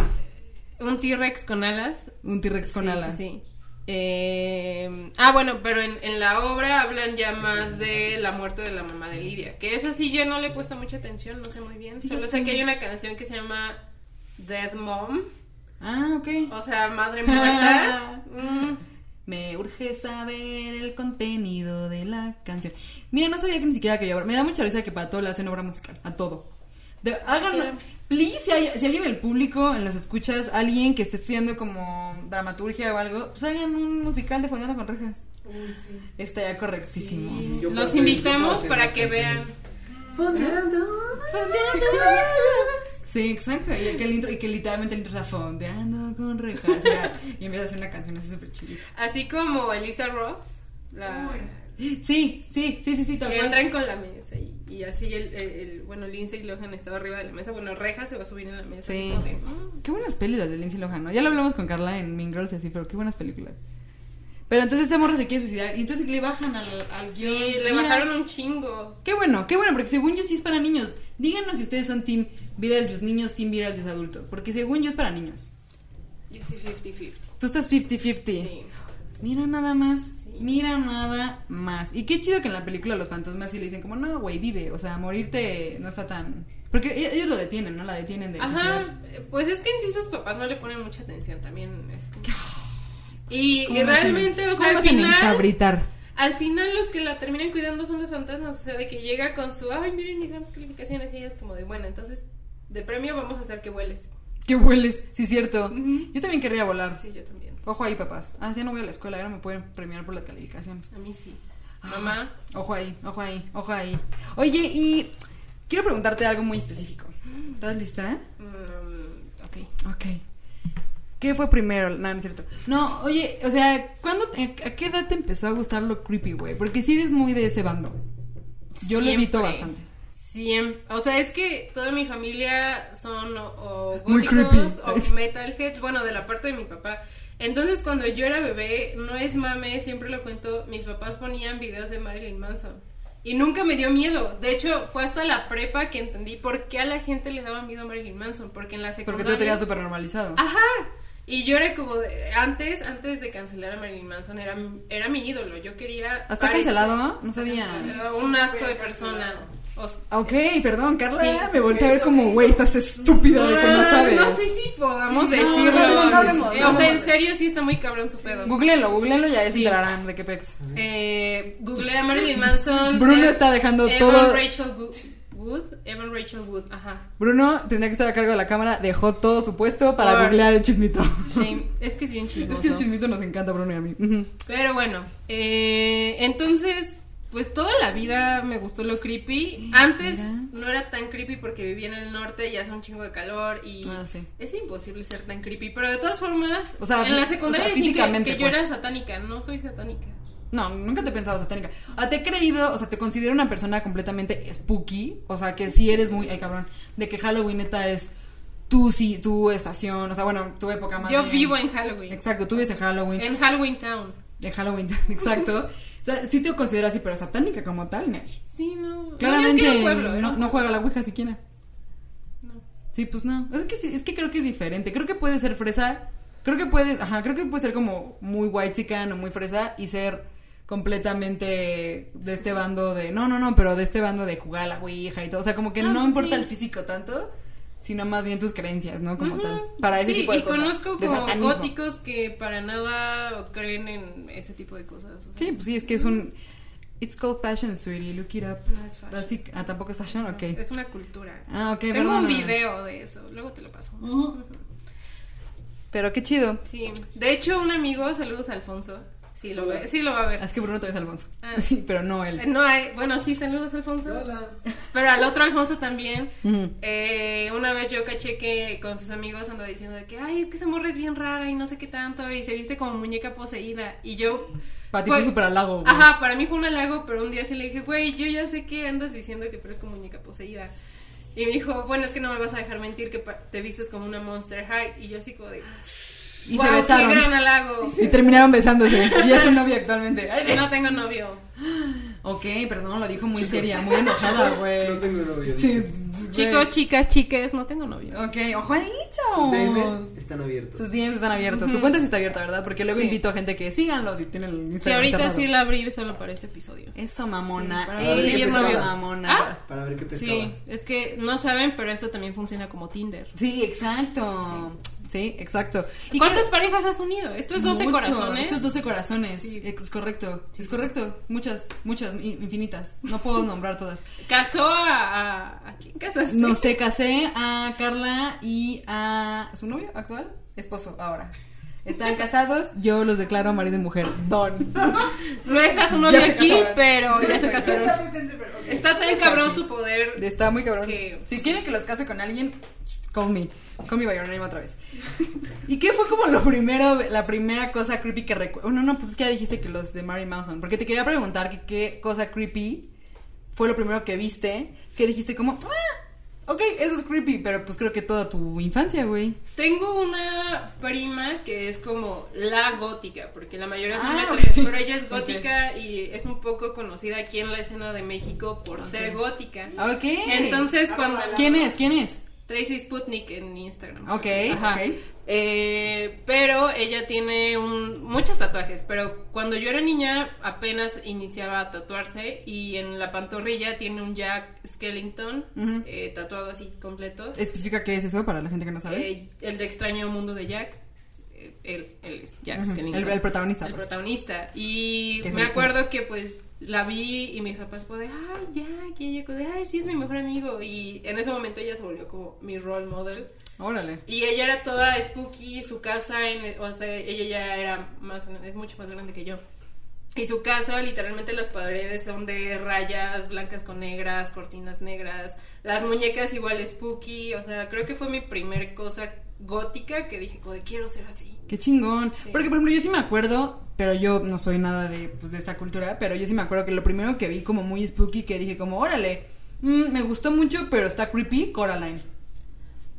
[SPEAKER 2] Un T-Rex con alas.
[SPEAKER 1] un T-Rex con
[SPEAKER 2] Sí,
[SPEAKER 1] alas.
[SPEAKER 2] Sí, sí. Eh, ah, bueno, pero en, en la obra hablan ya más de la muerte de la mamá de Lidia. Que esa sí yo no le he puesto mucha atención, no sé muy bien. Solo sé que hay una canción que se llama Dead Mom,
[SPEAKER 1] Ah, ok.
[SPEAKER 2] o sea, madre muerta.
[SPEAKER 1] <laughs>
[SPEAKER 2] Mm,
[SPEAKER 1] Me urge saber el contenido de la canción. Mira, no sabía que ni siquiera que yo. Me da mucha risa que para todo le hacen obra musical. A todo. De- háganlo.
[SPEAKER 2] Claro.
[SPEAKER 1] Please, si hay, si hay en el público, en los escuchas, alguien que esté estudiando como dramaturgia o algo, pues hagan un musical de Fondeando con Rejas.
[SPEAKER 4] Uy, sí.
[SPEAKER 1] Estaría correctísimo.
[SPEAKER 3] Sí. Yo
[SPEAKER 2] los
[SPEAKER 3] puedo-
[SPEAKER 2] invitamos
[SPEAKER 3] yo puedo hacer
[SPEAKER 2] para
[SPEAKER 3] las
[SPEAKER 2] que vean.
[SPEAKER 3] canciones. Fondeando.
[SPEAKER 1] Fondeando. Sí, exacto. Y, aquel intro, y que literalmente el intro está fondeando con rejas. ya, y empieza a hacer una canción así súper chida.
[SPEAKER 2] Así como Elisa Rhodes, la,
[SPEAKER 1] Sí, sí, sí, sí, sí, tal
[SPEAKER 2] que
[SPEAKER 1] cual.
[SPEAKER 2] entran con la mesa y, y así el, el- el- bueno, Lindsay Lohan estaba arriba de la mesa, bueno, Reja se va a subir en la mesa.
[SPEAKER 1] Sí.
[SPEAKER 2] y como de, mm.
[SPEAKER 1] Qué buenas películas de Lindsay Lohan, ¿no? Ya lo hablamos con Carla en Mean Girls y así, pero qué buenas películas. Pero entonces esa morra se quiere suicidar y entonces le bajan al, al
[SPEAKER 2] Sí,
[SPEAKER 1] guión.
[SPEAKER 2] le
[SPEAKER 1] Mira,
[SPEAKER 2] bajaron un chingo.
[SPEAKER 1] Qué bueno, qué bueno, porque según yo sí es para niños. Díganos si ustedes son team Beetlejuice niños, team Beetlejuice adultos, porque según yo es para niños.
[SPEAKER 2] Yo estoy 50-50.
[SPEAKER 1] Tú estás 50-50.
[SPEAKER 2] Sí.
[SPEAKER 1] Mira nada más,
[SPEAKER 2] Sí.
[SPEAKER 1] mira nada más. Y qué chido que en la película los fantasmas sí le dicen como, no, güey, vive, o sea, morirte no está tan... Porque e- ellos lo detienen, ¿no? La detienen de...
[SPEAKER 2] Ajá,
[SPEAKER 1] suicidarse.
[SPEAKER 2] pues es que en sí sus papás no le ponen mucha atención también. es como- Y,
[SPEAKER 1] ¿Cómo
[SPEAKER 2] y
[SPEAKER 1] me hacen-
[SPEAKER 2] realmente, o
[SPEAKER 1] cómo
[SPEAKER 2] sea,
[SPEAKER 1] me
[SPEAKER 2] al
[SPEAKER 1] hacen
[SPEAKER 2] final,
[SPEAKER 1] encabritar?
[SPEAKER 2] al final los que la terminan cuidando son los fantasmas, o sea, de que llega con su, ay, miren mis buenas calificaciones, y ellos como de, bueno, entonces, de premio vamos a hacer que vueles.
[SPEAKER 1] Que vueles, sí, cierto.
[SPEAKER 2] Ujú.
[SPEAKER 1] Yo también querría volar.
[SPEAKER 2] Sí, yo también.
[SPEAKER 1] Ojo ahí, papás. Ah, ya no voy a la escuela, ahora me pueden premiar por las calificaciones.
[SPEAKER 2] A mí sí.
[SPEAKER 1] Ah.
[SPEAKER 2] Mamá,
[SPEAKER 1] Ojo ahí, ojo ahí, ojo ahí. Oye, y quiero preguntarte algo muy específico. ¿Estás lista? eh?
[SPEAKER 2] mm, ok.
[SPEAKER 1] Ok. ¿Qué fue primero? No, no es cierto. No, oye, o sea, ¿cuándo, te- ¿a qué edad te empezó a gustar lo creepy, güey? Porque si eres muy de ese bando. Yo lo evito
[SPEAKER 2] Siempre.
[SPEAKER 1] bastante.
[SPEAKER 2] Siempre. O sea, es que toda mi familia son o, o
[SPEAKER 1] Muy
[SPEAKER 2] góticos
[SPEAKER 1] <laughs>
[SPEAKER 2] o
[SPEAKER 1] creepy.
[SPEAKER 2] metalheads, bueno, de la parte de mi papá. Entonces, cuando yo era bebé, no es mame, siempre lo cuento, mis papás ponían videos de Marilyn Manson. Y nunca me dio miedo. De hecho, fue hasta la prepa que entendí por qué a la gente le daba miedo a Marilyn Manson. Porque en la
[SPEAKER 1] Porque
[SPEAKER 2] secundaria...
[SPEAKER 1] tú lo tenías súper normalizado.
[SPEAKER 2] Ajá. Y yo era como de, antes, antes de cancelar a Marilyn Manson, era, mi- era mi ídolo. Yo quería.
[SPEAKER 1] ¿Hasta
[SPEAKER 2] parecer-
[SPEAKER 1] cancelado? No sabía.
[SPEAKER 2] Era un asco de persona. O s-
[SPEAKER 1] Ok, perdón, Carla,
[SPEAKER 2] Sí,
[SPEAKER 1] me volteé a ver
[SPEAKER 4] eso
[SPEAKER 1] como,
[SPEAKER 4] hizo.
[SPEAKER 1] güey, estás estúpida de que no
[SPEAKER 2] Ah,
[SPEAKER 1] sabes.
[SPEAKER 2] no sé si podamos
[SPEAKER 1] Sí, no,
[SPEAKER 2] decirlo.
[SPEAKER 1] no, no, no hablemos,
[SPEAKER 2] Eh,
[SPEAKER 1] no
[SPEAKER 2] o sea, en
[SPEAKER 1] hablemos.
[SPEAKER 2] serio sí está muy cabrón su pedo.
[SPEAKER 1] Googleenlo, googleenlo y ya se
[SPEAKER 2] Sí.
[SPEAKER 1] enterarán de qué pex.
[SPEAKER 2] Eh, googleé a Marilyn Manson.
[SPEAKER 1] Bruno
[SPEAKER 2] Ev-
[SPEAKER 1] está dejando
[SPEAKER 2] Evan
[SPEAKER 1] todo-
[SPEAKER 2] Rachel Gu- Wood. Evan Rachel Wood, ajá.
[SPEAKER 1] Bruno tendría que estar a cargo de la cámara, dejó todo su puesto para
[SPEAKER 2] Por-
[SPEAKER 1] googlear el chismito.
[SPEAKER 2] Sí, es que es bien
[SPEAKER 1] <laughs>
[SPEAKER 2] chismoso.
[SPEAKER 1] Es que el chismito nos encanta, Bruno y a mí. Ujú.
[SPEAKER 2] Pero bueno, eh, entonces, pues toda la vida me gustó lo creepy. Antes
[SPEAKER 1] Mira.
[SPEAKER 2] no era tan creepy porque vivía en el norte y hace un chingo de calor y
[SPEAKER 1] Ah, sí.
[SPEAKER 2] es imposible ser tan creepy. Pero de todas formas,
[SPEAKER 1] O sea,
[SPEAKER 2] en la
[SPEAKER 1] o sea,
[SPEAKER 2] secundaria decían que-
[SPEAKER 1] físicamente,
[SPEAKER 2] que, yo
[SPEAKER 1] pues.
[SPEAKER 2] era satánica, no soy satánica.
[SPEAKER 1] No, nunca te he pensado satánica. Ah, te he creído, o sea, te considero una persona completamente spooky. O sea, que sí eres muy, ay cabrón, de que Halloween neta es tu, sí, tu estación, o sea, bueno, tu época más
[SPEAKER 2] yo
[SPEAKER 1] bien.
[SPEAKER 2] vivo en Halloween.
[SPEAKER 1] Exacto, tú vives en Halloween.
[SPEAKER 2] En Halloween Town.
[SPEAKER 1] De Halloween, <laughs> exacto. O sea, sí te considero así, pero satánica como tal, Nel.
[SPEAKER 2] Sí, no.
[SPEAKER 1] Claramente
[SPEAKER 2] no, yo es
[SPEAKER 1] no,
[SPEAKER 2] que era un pueblo. ¿eh? era un
[SPEAKER 1] no
[SPEAKER 2] pueblo.
[SPEAKER 1] juega la Ouija siquiera.
[SPEAKER 2] No.
[SPEAKER 1] Sí, pues no. Es que, sí, es que creo que es diferente. Creo que puede ser fresa. Creo que puedes, ajá, creo que puede ser como muy white chican o muy fresa y ser completamente de este bando de, no, no, no, pero de este bando de jugar a la Ouija y todo. O sea, como que
[SPEAKER 2] Ah,
[SPEAKER 1] no
[SPEAKER 2] pues
[SPEAKER 1] importa
[SPEAKER 2] sí.
[SPEAKER 1] el físico tanto, sino más bien tus creencias, ¿no? Como
[SPEAKER 2] Ujú.
[SPEAKER 1] tal. Para ese
[SPEAKER 2] sí,
[SPEAKER 1] tipo de
[SPEAKER 2] y
[SPEAKER 1] cosas.
[SPEAKER 2] conozco
[SPEAKER 1] de
[SPEAKER 2] como
[SPEAKER 1] satanismo.
[SPEAKER 2] góticos que para nada creen en ese tipo de cosas. o sea,
[SPEAKER 1] Sí, pues sí, es que es un... It's called fashion, sweetie. Look it up.
[SPEAKER 2] No es fashion.
[SPEAKER 1] Así- ah, tampoco es fashion, ok.
[SPEAKER 2] Es una cultura.
[SPEAKER 1] Ah, ok,
[SPEAKER 2] Tengo un
[SPEAKER 1] perdóname.
[SPEAKER 2] video de eso, luego te lo paso.
[SPEAKER 1] Ujú. Pero qué chido.
[SPEAKER 2] Sí. De hecho, un amigo, saludos a Alfonso. Sí lo, ve- sí lo va a ver.
[SPEAKER 1] Es que Bruno también es Alfonso.
[SPEAKER 2] Ah.
[SPEAKER 1] <laughs> Sí, pero no él.
[SPEAKER 2] Eh, No hay, bueno, sí, saludos Alfonso.
[SPEAKER 3] Hola.
[SPEAKER 2] Pero al otro Alfonso también.
[SPEAKER 1] Ujú.
[SPEAKER 2] Eh, una vez yo caché que con sus amigos andaba diciendo de que, ay, es que esa morra es bien rara y no sé qué tanto, y se viste como muñeca poseída. Y yo,
[SPEAKER 1] Para ti
[SPEAKER 2] Güey.
[SPEAKER 1] fue súper halago. güey.
[SPEAKER 2] Pues, ajá, para mí fue un halago, pero un día sí le dije, güey, yo ya sé que andas diciendo que eres como muñeca poseída. Y me dijo, bueno, es que no me vas a dejar mentir que pa- te vistes como una Monster High. Y yo así como de,
[SPEAKER 1] Y
[SPEAKER 2] "Guau,
[SPEAKER 1] se
[SPEAKER 2] qué
[SPEAKER 1] besaron.
[SPEAKER 2] gran halago.
[SPEAKER 1] Y terminaron
[SPEAKER 2] <laughs>
[SPEAKER 1] besándose. Y es su novia actualmente. Ay,
[SPEAKER 2] No tengo novio.
[SPEAKER 1] Ok, perdón, lo dijo muy seria, muy enojada, güey.
[SPEAKER 3] <laughs> No tengo novio.
[SPEAKER 1] Sí,
[SPEAKER 3] dice.
[SPEAKER 1] güey.
[SPEAKER 2] Chicos, chicas, chiques, no tengo novio.
[SPEAKER 1] Ok, ojo ahí,
[SPEAKER 3] Sus
[SPEAKER 1] chavos.
[SPEAKER 3] DMs están abiertos.
[SPEAKER 1] Sus DMs están abiertos. Tu
[SPEAKER 2] Ujú.
[SPEAKER 1] cuenta sí está abierta, ¿verdad? Porque luego
[SPEAKER 2] Sí.
[SPEAKER 1] invito a gente que síganlo si tienen el Instagram.
[SPEAKER 2] Sí, ahorita
[SPEAKER 1] cerrado.
[SPEAKER 2] sí la abrí solo para este episodio.
[SPEAKER 1] Eso, mamona.
[SPEAKER 2] Sí, para
[SPEAKER 1] Ey,
[SPEAKER 3] ver qué
[SPEAKER 1] eso,
[SPEAKER 3] pescabas.
[SPEAKER 1] mamona.
[SPEAKER 2] Ah.
[SPEAKER 3] Para ver qué pescabas.
[SPEAKER 2] Sí, es que no saben, pero esto también funciona como Tinder.
[SPEAKER 1] Sí, exacto. Sí, exacto.
[SPEAKER 2] ¿Y cuántas parejas has unido? Esto es 12 corazones.
[SPEAKER 1] Estos 12 corazones.
[SPEAKER 2] Sí.
[SPEAKER 1] Es correcto.
[SPEAKER 2] Sí,
[SPEAKER 1] es
[SPEAKER 2] sí,
[SPEAKER 1] correcto. Muchas, muchas, i- infinitas. No
[SPEAKER 2] <laughs>
[SPEAKER 1] puedo nombrar todas.
[SPEAKER 2] Casó a, a. ¿a quién casaste?
[SPEAKER 1] No sé, casé a Carla y a su novio actual, esposo, ahora. Están casados, yo los declaro marido y mujer. Don.
[SPEAKER 2] No está su novio
[SPEAKER 1] Ya se
[SPEAKER 2] aquí,
[SPEAKER 1] casaron.
[SPEAKER 2] pero
[SPEAKER 1] Sí,
[SPEAKER 2] ya
[SPEAKER 4] <laughs>
[SPEAKER 2] se
[SPEAKER 1] sí,
[SPEAKER 2] casaron.
[SPEAKER 4] Está presente, pero- ok.
[SPEAKER 2] Está tan cabrón su poder.
[SPEAKER 1] Está muy cabrón.
[SPEAKER 2] Que-
[SPEAKER 1] Si quieren que los case con alguien, Call me. Call me by your name otra vez. <laughs> ¿Y qué fue como lo primero, la primera cosa creepy que recuerdo? No, no, pues es que ya dijiste que los de Mary Manson. Porque te quería preguntar que qué cosa creepy fue lo primero que viste. Que dijiste como, ah, ok, eso es creepy. Pero pues creo que toda tu infancia, güey.
[SPEAKER 2] Tengo una prima que es como la gótica, porque la mayoría son
[SPEAKER 1] Ah,
[SPEAKER 2] metalheads,
[SPEAKER 1] <laughs> ok.
[SPEAKER 2] pero ella es gótica y es un poco conocida aquí en la escena de México por ser
[SPEAKER 1] Ok.
[SPEAKER 2] gótica.
[SPEAKER 1] Ok.
[SPEAKER 2] Entonces,
[SPEAKER 4] Ah,
[SPEAKER 2] cuando.
[SPEAKER 4] la-
[SPEAKER 1] ¿Quién es? ¿Quién es?
[SPEAKER 2] Tracy Sputnik en Instagram.
[SPEAKER 1] Ok,
[SPEAKER 2] Ajá.
[SPEAKER 1] ok.
[SPEAKER 2] Eh, pero ella tiene un- muchos tatuajes, pero cuando yo era niña apenas iniciaba a tatuarse y en la pantorrilla tiene un Jack Skellington
[SPEAKER 1] Ujú.
[SPEAKER 2] eh, tatuado así completo.
[SPEAKER 1] Especifica qué es eso para la gente que no sabe.
[SPEAKER 2] Eh, el de Extraño Mundo de Jack. Eh, él, él es Jack
[SPEAKER 1] Ujú,
[SPEAKER 2] Skellington.
[SPEAKER 1] el, el protagonista.
[SPEAKER 2] El
[SPEAKER 1] pues.
[SPEAKER 2] protagonista. Y
[SPEAKER 1] Que es
[SPEAKER 2] me
[SPEAKER 1] un
[SPEAKER 2] acuerdo que pues la vi y mis papás fue de, ay, Jack, y ella fue de, ay, sí, es mi mejor amigo. Y en ese momento ella se volvió como mi role model.
[SPEAKER 1] Órale.
[SPEAKER 2] Y ella era toda spooky, su casa, en- o sea, ella ya era más, es mucho más grande que yo. Y su casa, literalmente las paredes son de rayas blancas con negras, cortinas negras, las muñecas igual spooky, o sea, creo que fue mi primer cosa gótica que dije, como de quiero ser así.
[SPEAKER 1] Qué chingón.
[SPEAKER 2] Sí.
[SPEAKER 1] Porque, por ejemplo, yo sí me acuerdo, pero yo no soy nada de, pues, de esta cultura, pero yo sí me acuerdo que lo primero que vi como muy spooky, que dije como, órale, mm, me gustó mucho, pero está creepy, Coraline.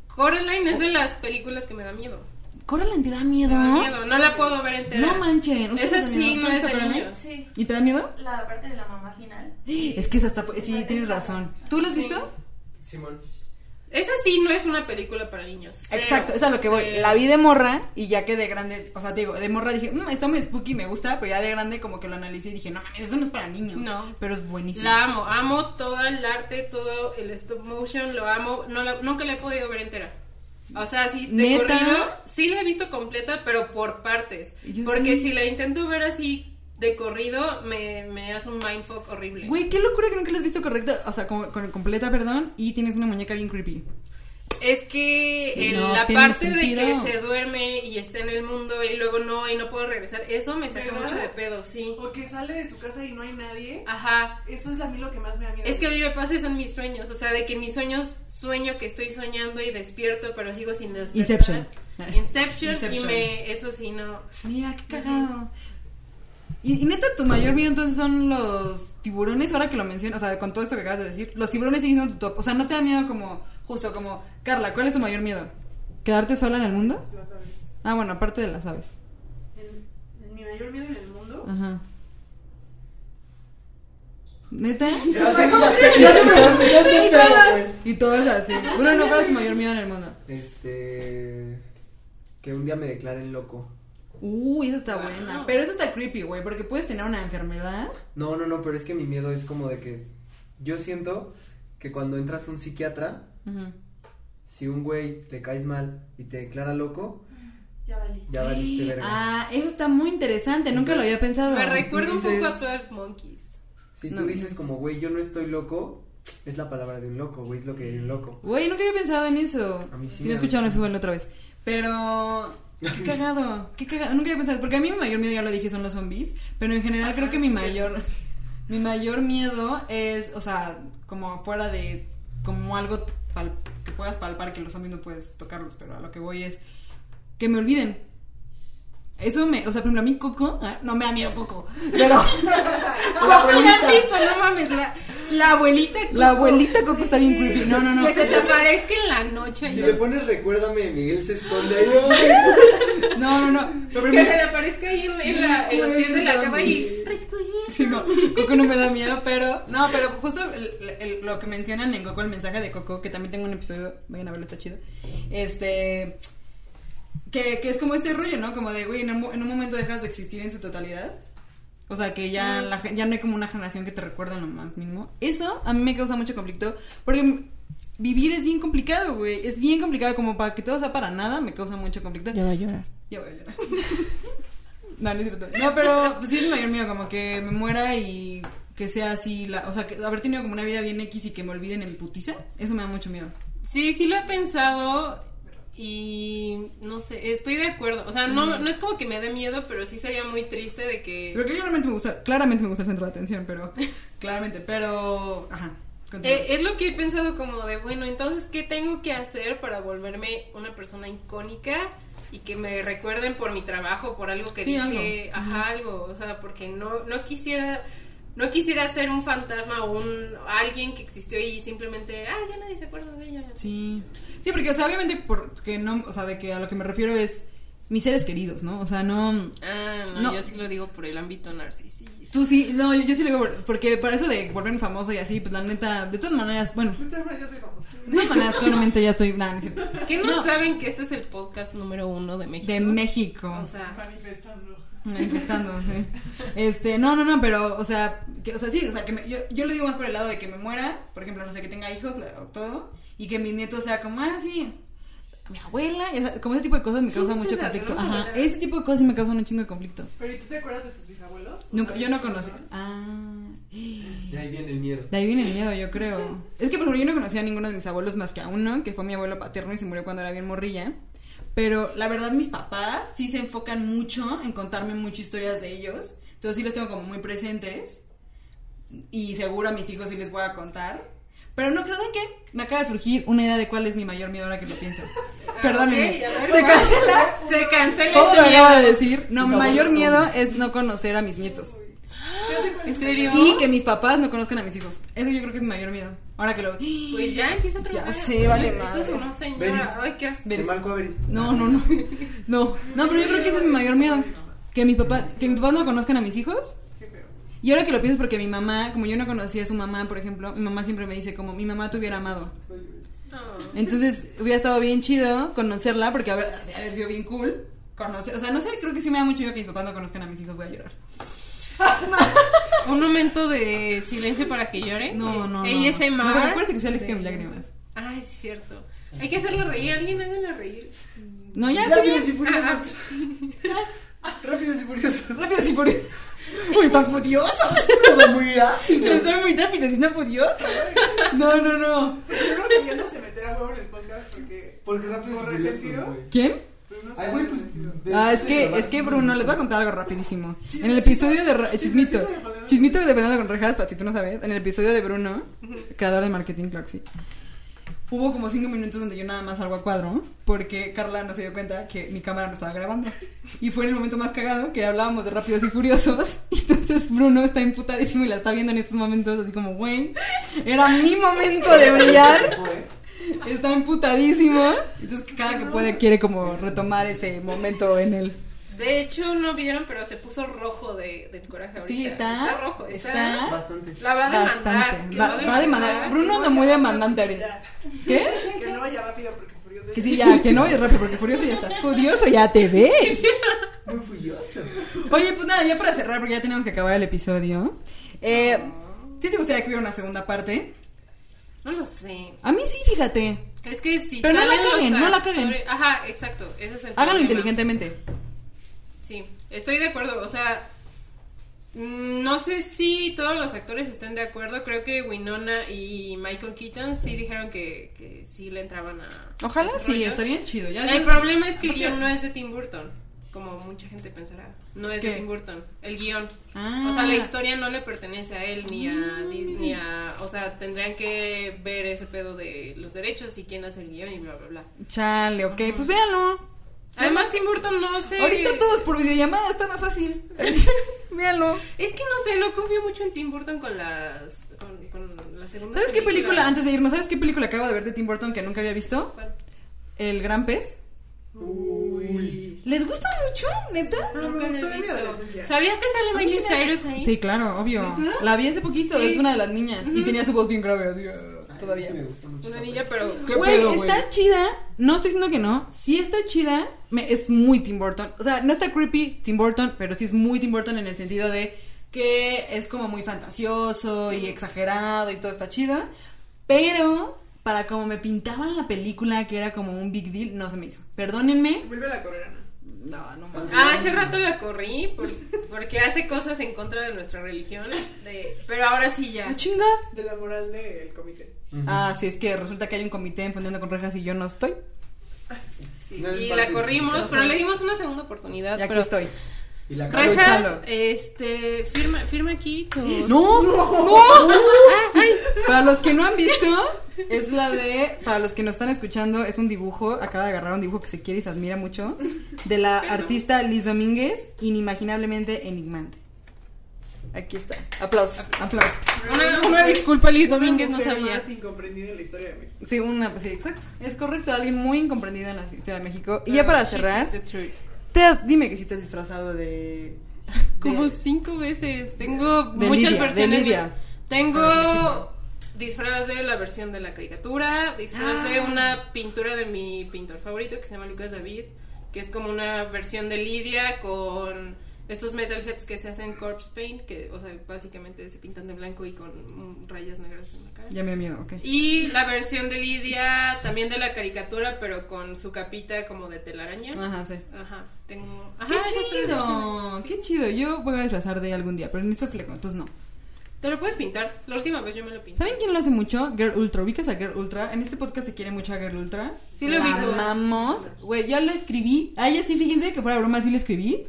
[SPEAKER 2] Coraline es de las películas que me da miedo.
[SPEAKER 1] Coraline te da miedo.
[SPEAKER 2] Me da miedo, no la puedo ver entera.
[SPEAKER 1] No manchen. ¿Ustedes
[SPEAKER 2] Esa
[SPEAKER 1] les da
[SPEAKER 2] sí
[SPEAKER 1] miedo? ¿Tú
[SPEAKER 2] no
[SPEAKER 1] has
[SPEAKER 2] es de
[SPEAKER 1] visto Coraline?
[SPEAKER 2] niños.
[SPEAKER 5] Sí.
[SPEAKER 1] ¿Y te da miedo? <gasps>
[SPEAKER 5] La parte de la mamá final.
[SPEAKER 1] Es que es hasta... Sí,
[SPEAKER 5] Esa-
[SPEAKER 1] tienes
[SPEAKER 5] esa-
[SPEAKER 1] razón. ¿Tú lo has
[SPEAKER 2] Sí.
[SPEAKER 1] visto?
[SPEAKER 3] Simón.
[SPEAKER 2] Esa sí no es una película para niños. Cero,
[SPEAKER 1] Exacto, es a lo que voy.
[SPEAKER 2] cero.
[SPEAKER 1] La vi de morra y ya que de grande, o sea, te digo, de morra dije, "Mm, está muy spooky, me gusta, pero ya de grande como que lo analicé y dije, no mames, eso no es para niños.
[SPEAKER 2] No.
[SPEAKER 1] Pero es buenísimo.
[SPEAKER 2] La amo, amo todo el arte, todo el stop motion, lo amo. No la- nunca la he podido ver entera. O sea, sí, de
[SPEAKER 1] ¿Neta?
[SPEAKER 2] corrido, sí la he visto completa, pero por partes.
[SPEAKER 1] Yo
[SPEAKER 2] porque
[SPEAKER 1] sí.
[SPEAKER 2] si la intento ver así de corrido, me, me hace un mindfuck horrible.
[SPEAKER 1] Güey, qué locura que nunca la has visto correcta, o sea, con, con- completa, perdón, y tienes una muñeca bien creepy.
[SPEAKER 2] Es que el-
[SPEAKER 1] No
[SPEAKER 2] la
[SPEAKER 1] tiene
[SPEAKER 2] parte de
[SPEAKER 1] sentido.
[SPEAKER 2] que se duerme y está en el mundo y luego no, y no puedo regresar, eso me saca
[SPEAKER 4] ¿Verdad?
[SPEAKER 2] mucho de pedo, sí.
[SPEAKER 4] O que sale de su casa y no hay nadie.
[SPEAKER 2] Ajá.
[SPEAKER 4] Eso es a mí lo que más me da miedo.
[SPEAKER 2] Ah. Es que a mí me pasa eso en mis sueños, o sea, de que en mis sueños sueño que estoy soñando y despierto, pero sigo sin despertar.
[SPEAKER 1] Inception.
[SPEAKER 2] Inception. y
[SPEAKER 1] Inception.
[SPEAKER 2] me, eso sí, no.
[SPEAKER 1] Mira, qué cagado. Y, y neta, tu mayor miedo entonces son los tiburones, ahora que lo mencionas, o sea, con todo esto que acabas de decir, los tiburones siguen siendo tu top. O sea, ¿no te da miedo como, justo como, Carla, ¿cuál es tu mayor miedo? ¿Quedarte sola en el mundo?
[SPEAKER 4] No sabes.
[SPEAKER 1] Ah, bueno, aparte de las aves.
[SPEAKER 4] En- en mi mayor miedo en el mundo.
[SPEAKER 1] Ajá. ¿Neta?
[SPEAKER 3] Ya se ya se me- ya se me- güey.
[SPEAKER 1] Y todo es así. Uno no, ¿cuál es tu mayor miedo en el mundo?
[SPEAKER 3] Este. Que un día me declaren loco.
[SPEAKER 1] Uy, esa está
[SPEAKER 2] Wow.
[SPEAKER 1] buena. Pero esa está creepy, güey, porque puedes tener una enfermedad.
[SPEAKER 3] No, no, no, pero es que mi miedo es como de que. Yo siento que cuando entras a un psiquiatra, si un güey le caes mal y te declara loco,
[SPEAKER 5] Ya valiste.
[SPEAKER 3] ya valiste verga.
[SPEAKER 1] Ah, eso está muy interesante, nunca lo había pensado.
[SPEAKER 2] Me
[SPEAKER 3] si re-
[SPEAKER 2] recuerda
[SPEAKER 3] tú
[SPEAKER 2] un poco a
[SPEAKER 3] dices-
[SPEAKER 2] 12 Monkeys.
[SPEAKER 3] Si tú
[SPEAKER 1] No,
[SPEAKER 3] dices
[SPEAKER 1] no.
[SPEAKER 3] como, güey, yo no estoy loco, es la palabra de un loco, güey, es lo que hay un loco.
[SPEAKER 1] Güey, nunca había pensado en eso.
[SPEAKER 3] A mí sí
[SPEAKER 1] si
[SPEAKER 3] me
[SPEAKER 1] no
[SPEAKER 3] da
[SPEAKER 1] escucharon,
[SPEAKER 3] mucho.
[SPEAKER 1] súbanlo otra vez. Pero.
[SPEAKER 3] <laughs>
[SPEAKER 1] Qué cagado, qué cagado. Nunca había pensado, porque a mí mi mayor miedo, ya lo dije, son los zombies. Pero en general creo que mi mayor. Mi mayor miedo es, o sea, como fuera de. Como algo pal- que puedas palpar, que los zombies no puedes tocarlos, pero a lo que voy es. Que me olviden. Eso me. O sea, por ejemplo, a mí Coco. ah, No me da miedo Coco.
[SPEAKER 3] <laughs>
[SPEAKER 1] Pero. <laughs>
[SPEAKER 2] ¿Cómo la han visto? No mames, la, la abuelita Coco.
[SPEAKER 1] La abuelita Coco está bien creepy. No, no, no.
[SPEAKER 2] Que se te aparezca en la noche.
[SPEAKER 3] Si
[SPEAKER 2] ¿no?
[SPEAKER 3] le pones recuérdame, Miguel se esconde
[SPEAKER 1] <laughs>
[SPEAKER 3] ahí.
[SPEAKER 1] No, no, no. Pero
[SPEAKER 2] Que
[SPEAKER 1] primero-
[SPEAKER 2] se le aparezca ahí en, en la- en los pies de la cama y...
[SPEAKER 1] Sí, no, Coco no me da miedo, pero. No, pero justo el- el- lo que mencionan en Coco, el mensaje de Coco, que también tengo un episodio, vayan a verlo, está chido. Este. Que, que es como este rollo, ¿no? Como de, güey, en un, mo- en un momento dejas de existir en su totalidad. O sea, que ya, la gen- ya no hay como una generación que te recuerda en lo más mínimo. Eso a mí me causa mucho conflicto, porque m- vivir es bien complicado, güey. Es bien complicado, como para que todo sea para nada, me causa mucho conflicto.
[SPEAKER 2] va a llorar.
[SPEAKER 1] Ya voy a llorar. No, no es cierto. No, pero pues sí es mi mayor miedo, como que me muera y que sea así, la, o sea, que haber tenido como una vida bien X y que me olviden en putiza, eso me da mucho miedo.
[SPEAKER 2] Sí, sí lo he pensado y no sé, estoy de acuerdo. O sea, no, no es como que me dé miedo, pero sí sería muy triste de que... <laughs>
[SPEAKER 1] Pero que claramente me gusta, claramente me gusta el centro de atención, pero claramente, pero ajá. Continúa.
[SPEAKER 2] Eh, es lo que he pensado como de, bueno, entonces, ¿qué tengo que hacer para volverme una persona icónica y que me recuerden por mi trabajo, por algo que
[SPEAKER 1] Sí,
[SPEAKER 2] dije, ajá, algo, o sea, porque no, no quisiera... No quisiera ser un fantasma o un alguien que existió y simplemente, ah, ya nadie se acuerda de ella.
[SPEAKER 1] Sí. Sí, porque, o sea, obviamente, porque no, o sea, de que a lo que me refiero es mis seres queridos, ¿no? O sea, no.
[SPEAKER 2] Ah, no,
[SPEAKER 1] No.
[SPEAKER 2] yo sí lo digo por el ámbito narcisista.
[SPEAKER 1] Tú sí, no, yo, yo sí lo digo, por- porque para eso de volverme famoso y así, pues la neta, de todas maneras, bueno,
[SPEAKER 4] Muchas gracias, yo soy famosa.
[SPEAKER 1] de todas maneras, claramente ya estoy, nah, no es cierto,
[SPEAKER 2] ¿Qué no,
[SPEAKER 1] No.
[SPEAKER 2] saben que este es el podcast número uno de México?
[SPEAKER 1] de México,
[SPEAKER 2] O sea,
[SPEAKER 4] Manifestando.
[SPEAKER 1] manifestando, sí. Este, no, no, no, pero, o sea, que, o sea, sí, o sea, que me- yo, yo lo digo más por el lado de que me muera, por ejemplo, no sé, que tenga hijos la- o todo, y que mi nieto sea como, ah, sí, mi abuela, y, o sea, como ese tipo de cosas me
[SPEAKER 2] ¿Quién
[SPEAKER 1] causa
[SPEAKER 2] es
[SPEAKER 1] mucho
[SPEAKER 2] esa?
[SPEAKER 1] conflicto,
[SPEAKER 2] Tenemos
[SPEAKER 1] ajá,
[SPEAKER 2] abuela.
[SPEAKER 1] ese tipo de cosas sí me causan un chingo de conflicto.
[SPEAKER 4] Pero ¿y tú te acuerdas de tus bisabuelos? ¿O
[SPEAKER 1] Nunca,
[SPEAKER 4] sabes
[SPEAKER 1] yo no
[SPEAKER 4] quiénes
[SPEAKER 1] conocí.
[SPEAKER 4] son?
[SPEAKER 1] Ah.
[SPEAKER 3] De ahí viene el miedo.
[SPEAKER 1] De ahí viene el miedo, yo creo. Es que, por ejemplo, yo no conocía a ninguno de mis abuelos más que a uno, que fue mi abuelo paterno y se murió cuando era bien morrilla. Pero la verdad, mis papás sí se enfocan mucho en contarme muchas historias de ellos. Entonces sí los tengo como muy presentes. Y seguro a mis hijos sí les voy a contar. Pero no creo de que me acaba de surgir una idea de cuál es mi mayor miedo ahora que lo
[SPEAKER 3] <laughs>
[SPEAKER 1] pienso.
[SPEAKER 3] Ah,
[SPEAKER 1] Perdónenme.
[SPEAKER 2] ok, a ver,
[SPEAKER 1] ¿Se
[SPEAKER 2] vamos.
[SPEAKER 1] cancela?
[SPEAKER 2] se cancela
[SPEAKER 1] ¿Cómo
[SPEAKER 2] ese
[SPEAKER 1] lo acabo
[SPEAKER 2] miedo.
[SPEAKER 1] de decir? No,
[SPEAKER 3] Mis
[SPEAKER 1] mi
[SPEAKER 3] abuelos
[SPEAKER 1] mayor
[SPEAKER 3] son-
[SPEAKER 1] miedo es no conocer a mis nietos.
[SPEAKER 4] Ya sé cuál
[SPEAKER 2] ¿En
[SPEAKER 4] es.
[SPEAKER 2] serio?
[SPEAKER 1] Y que mis papás no conozcan a mis hijos. Eso yo creo que es mi mayor miedo. Ahora que lo.
[SPEAKER 2] Pues ya empieza a trabajar.
[SPEAKER 1] sé, vale
[SPEAKER 2] Esto es
[SPEAKER 1] madre.
[SPEAKER 2] una
[SPEAKER 3] Venis.
[SPEAKER 2] señora. Ay, qué asco.
[SPEAKER 3] Te marco a ver.
[SPEAKER 1] <gasps>
[SPEAKER 3] "Ah,
[SPEAKER 1] No, no, no. No, no, pero yo creo que ese es mi mayor miedo. Que mis papás, que mis papás no conozcan a mis hijos.
[SPEAKER 4] Qué feo.
[SPEAKER 1] Y ahora que lo pienso, porque mi mamá, como yo no conocía a su mamá, por ejemplo, mi mamá siempre me dice como mi mamá te hubiera amado.
[SPEAKER 2] No.
[SPEAKER 1] Entonces hubiera estado bien chido conocerla, porque haber, ha de haber sido bien cool. Conocer, o sea, no sé, creo que sí me da mucho miedo que mis papás no conozcan a mis hijos, voy a llorar.
[SPEAKER 2] Un momento de silencio para que llore.
[SPEAKER 1] No, no, no.
[SPEAKER 2] Ella es
[SPEAKER 1] no, pero acuérdense que soy alérgica a mis lágrimas.
[SPEAKER 2] Ay, sí, es cierto. Hay que hacerlo reír. Alguien háganlo reír.
[SPEAKER 1] No, ya, estoy
[SPEAKER 3] Rápidos
[SPEAKER 1] bien.
[SPEAKER 3] y furiosos. Rápidos
[SPEAKER 1] <laughs>
[SPEAKER 3] y furiosos.
[SPEAKER 1] Rápidos y furiosos. Uy, tan furiosos.
[SPEAKER 3] Todo muy rápido.
[SPEAKER 1] Estoy muy rápido, siendo furiosos. No, no, no.
[SPEAKER 4] Yo creo que ya no se meterá huevo en el podcast porque.
[SPEAKER 3] Porque rápidos y
[SPEAKER 4] ¿Por
[SPEAKER 3] furiosos,
[SPEAKER 4] resentido?
[SPEAKER 3] güey.
[SPEAKER 1] ¿Quién?
[SPEAKER 4] Bruno
[SPEAKER 3] Ay,
[SPEAKER 4] sabe
[SPEAKER 3] güey,
[SPEAKER 4] el sentido.
[SPEAKER 3] pues. de-
[SPEAKER 1] Ah, es
[SPEAKER 3] de-
[SPEAKER 1] que, es que Bruno, les voy a contar algo rapidísimo.
[SPEAKER 4] Chismecito.
[SPEAKER 1] En el episodio de Ra-
[SPEAKER 4] Chismecito
[SPEAKER 1] Chismito,
[SPEAKER 4] de Fernando.
[SPEAKER 1] Chismito de Fernando con Rejas, para si tú no sabes, en el episodio de Bruno, creador de Marketing Cloxy, hubo como cinco minutos donde yo nada más salgo a cuadro porque Carla no se dio cuenta que mi cámara no estaba grabando. Y fue en el momento más cagado que hablábamos de Rápidos y Furiosos. <laughs> Y entonces Bruno está imputadísimo y la está viendo en estos momentos, así como, güey, era mi momento de brillar.
[SPEAKER 3] Ojo, eh.
[SPEAKER 1] Está emputadísimo. Entonces cada que puede quiere como retomar ese momento en él.
[SPEAKER 2] De hecho, no vieron, pero se puso rojo de, del coraje ahorita.
[SPEAKER 1] Sí, está.
[SPEAKER 2] Está rojo. Está.
[SPEAKER 1] Está.
[SPEAKER 3] Bastante.
[SPEAKER 2] La va a demandar.
[SPEAKER 1] Bastante.
[SPEAKER 2] que
[SPEAKER 1] Va-
[SPEAKER 2] no
[SPEAKER 1] va a demandar. Bruno anda muy demandante ahorita. ¿Qué?
[SPEAKER 4] Que no vaya rápido porque furioso.
[SPEAKER 1] Que sí, ya, que no, es rápido, porque furioso ya estás. Furioso, ya te ves.
[SPEAKER 3] Muy furioso.
[SPEAKER 1] Oye, pues nada, ya para cerrar, porque ya tenemos que acabar el episodio. Eh, ¿Sí te gustaría que hubiera una segunda parte?
[SPEAKER 2] No lo sé.
[SPEAKER 1] A mí sí, fíjate.
[SPEAKER 2] Es que si
[SPEAKER 1] Pero no
[SPEAKER 2] salen
[SPEAKER 1] la caguen,
[SPEAKER 2] los
[SPEAKER 1] no la
[SPEAKER 2] actores-
[SPEAKER 1] caguen.
[SPEAKER 2] Ajá, exacto. Ese es el
[SPEAKER 1] Háganlo
[SPEAKER 2] problema.
[SPEAKER 1] inteligentemente.
[SPEAKER 2] Sí, estoy de acuerdo. O sea, mm, no sé si todos los actores estén de acuerdo. Creo que Winona y Michael Keaton sí dijeron que, que sí le entraban a.
[SPEAKER 1] Ojalá
[SPEAKER 2] a ese
[SPEAKER 1] sí,
[SPEAKER 2] rollo.
[SPEAKER 1] estaría chido. Ya, ya-
[SPEAKER 2] El problema es que el guión no es de Tim Burton. Como mucha gente pensará. No es de
[SPEAKER 1] ¿Qué?
[SPEAKER 2] Tim Burton. El guión.
[SPEAKER 1] Ah.
[SPEAKER 2] O sea, la historia no le pertenece a él ni a Disney. Ni a, o sea, tendrían que ver ese pedo de los derechos y quién hace el guión y bla, bla, bla.
[SPEAKER 1] Chale, ok, pues véanlo.
[SPEAKER 2] Además, Tim Burton no sé.
[SPEAKER 1] Ahorita todos por videollamada, está más fácil. Véanlo.
[SPEAKER 2] Es que no sé, no confío mucho en Tim Burton con las. con, con la segunda.
[SPEAKER 1] ¿Sabes qué película, antes de irnos, ¿sabes qué película acabo de ver de Tim Burton que nunca había visto? El Gran Pez.
[SPEAKER 3] Uy.
[SPEAKER 1] ¿Les gusta mucho, neta?
[SPEAKER 4] No, me
[SPEAKER 2] Nunca la
[SPEAKER 4] gustó
[SPEAKER 2] he
[SPEAKER 4] en mi
[SPEAKER 2] visto.
[SPEAKER 4] adolescencia.
[SPEAKER 2] ¿Sabías que sale Miley Cyrus ahí?
[SPEAKER 1] Sí, claro, obvio. La vi hace poquito,
[SPEAKER 2] Sí.
[SPEAKER 1] es una de las niñas. Y tenía su voz bien grave, así, ah,
[SPEAKER 3] Sí, me
[SPEAKER 1] todavía.
[SPEAKER 3] gusta mucho.
[SPEAKER 2] Una
[SPEAKER 3] esa
[SPEAKER 2] niña,
[SPEAKER 3] película.
[SPEAKER 2] pero.
[SPEAKER 1] Güey, está chida. No estoy diciendo que no. Sí está chida. Me- es muy Tim Burton. O sea, no está creepy Tim Burton, pero sí es muy Tim Burton en el sentido de que es como muy fantasioso y exagerado y todo está chido. Pero para como me pintaban la película, que era como un big deal, no se me hizo. Perdónenme.
[SPEAKER 4] Vuelve a la corona.
[SPEAKER 1] No, no mames.
[SPEAKER 2] Ah, hace rato la corrí por- porque hace cosas en contra de nuestra religión. de- pero ahora sí ya.
[SPEAKER 1] Ah, chinga.
[SPEAKER 4] De la moral del comité.
[SPEAKER 3] Ujú.
[SPEAKER 1] Ah, sí, es que resulta que hay un comité en Fondeando con Rejas y yo no estoy.
[SPEAKER 2] Sí,
[SPEAKER 3] No eres
[SPEAKER 2] y
[SPEAKER 3] parte
[SPEAKER 2] la
[SPEAKER 3] del
[SPEAKER 2] corrimos,
[SPEAKER 3] sindicato.
[SPEAKER 2] Ah, pero le dimos una segunda oportunidad.
[SPEAKER 1] Y aquí
[SPEAKER 2] pero
[SPEAKER 1] estoy.
[SPEAKER 3] Y la cara.
[SPEAKER 2] Rejas,
[SPEAKER 1] Aprovechalo.
[SPEAKER 2] este, firma, firma aquí Ah, tus-
[SPEAKER 1] ¡No!
[SPEAKER 3] <laughs>
[SPEAKER 1] ¡No! Para los que no han visto, es la de. Para los que nos están escuchando, es un dibujo. Acaba de agarrar un dibujo que se quiere y se admira mucho. De la artista Liz Domínguez, inimaginablemente enigmante. Aquí está. Aplausos, aplausos.
[SPEAKER 2] Una, una disculpa, Liz
[SPEAKER 4] Una
[SPEAKER 2] Domínguez, no
[SPEAKER 4] mujer
[SPEAKER 2] sabía.
[SPEAKER 4] más incomprendida en la historia de México.
[SPEAKER 1] Sí, una, sí, exacto. Es correcto, alguien muy incomprendido en la Ciudad de México. Y ya para
[SPEAKER 2] She's
[SPEAKER 1] cerrar,
[SPEAKER 2] the truth.
[SPEAKER 1] te has- dime que si estás disfrazado de.
[SPEAKER 2] Como
[SPEAKER 1] de-
[SPEAKER 2] cinco veces. Tengo
[SPEAKER 1] de Lidia,
[SPEAKER 2] muchas
[SPEAKER 1] de
[SPEAKER 2] versiones. de-
[SPEAKER 1] Lidia.
[SPEAKER 2] Tengo disfraz de la versión de la caricatura, disfraz
[SPEAKER 1] Ah.
[SPEAKER 2] de una pintura de mi pintor favorito que se llama Lucas David, que es como una versión de Lidia con estos metalheads que se hacen corpse paint, que o sea, básicamente se pintan de blanco y con mm, rayas negras en la cara.
[SPEAKER 1] Ya me da miedo, ok.
[SPEAKER 2] Y la versión de Lidia también de la caricatura, pero con su capita como de telaraña.
[SPEAKER 1] Ajá, sí.
[SPEAKER 2] Ajá, tengo. Ajá,
[SPEAKER 1] Ah. ¡Qué
[SPEAKER 2] esas tres versiones,
[SPEAKER 1] chido!
[SPEAKER 2] sí.
[SPEAKER 1] ¡Qué chido! Yo voy a disfrazar de algún día, pero necesito fleco, entonces no.
[SPEAKER 2] Te lo puedes pintar. La última vez yo me lo pinté.
[SPEAKER 1] ¿Saben quién lo hace mucho? Girl Ultra. ¿Ubicas a Girl Ultra? En este podcast se quiere mucho a Girl Ultra.
[SPEAKER 2] Sí lo ubico.
[SPEAKER 1] Vamos. Güey, yo le escribí. A ella sí, fíjense que fuera broma, sí le escribí.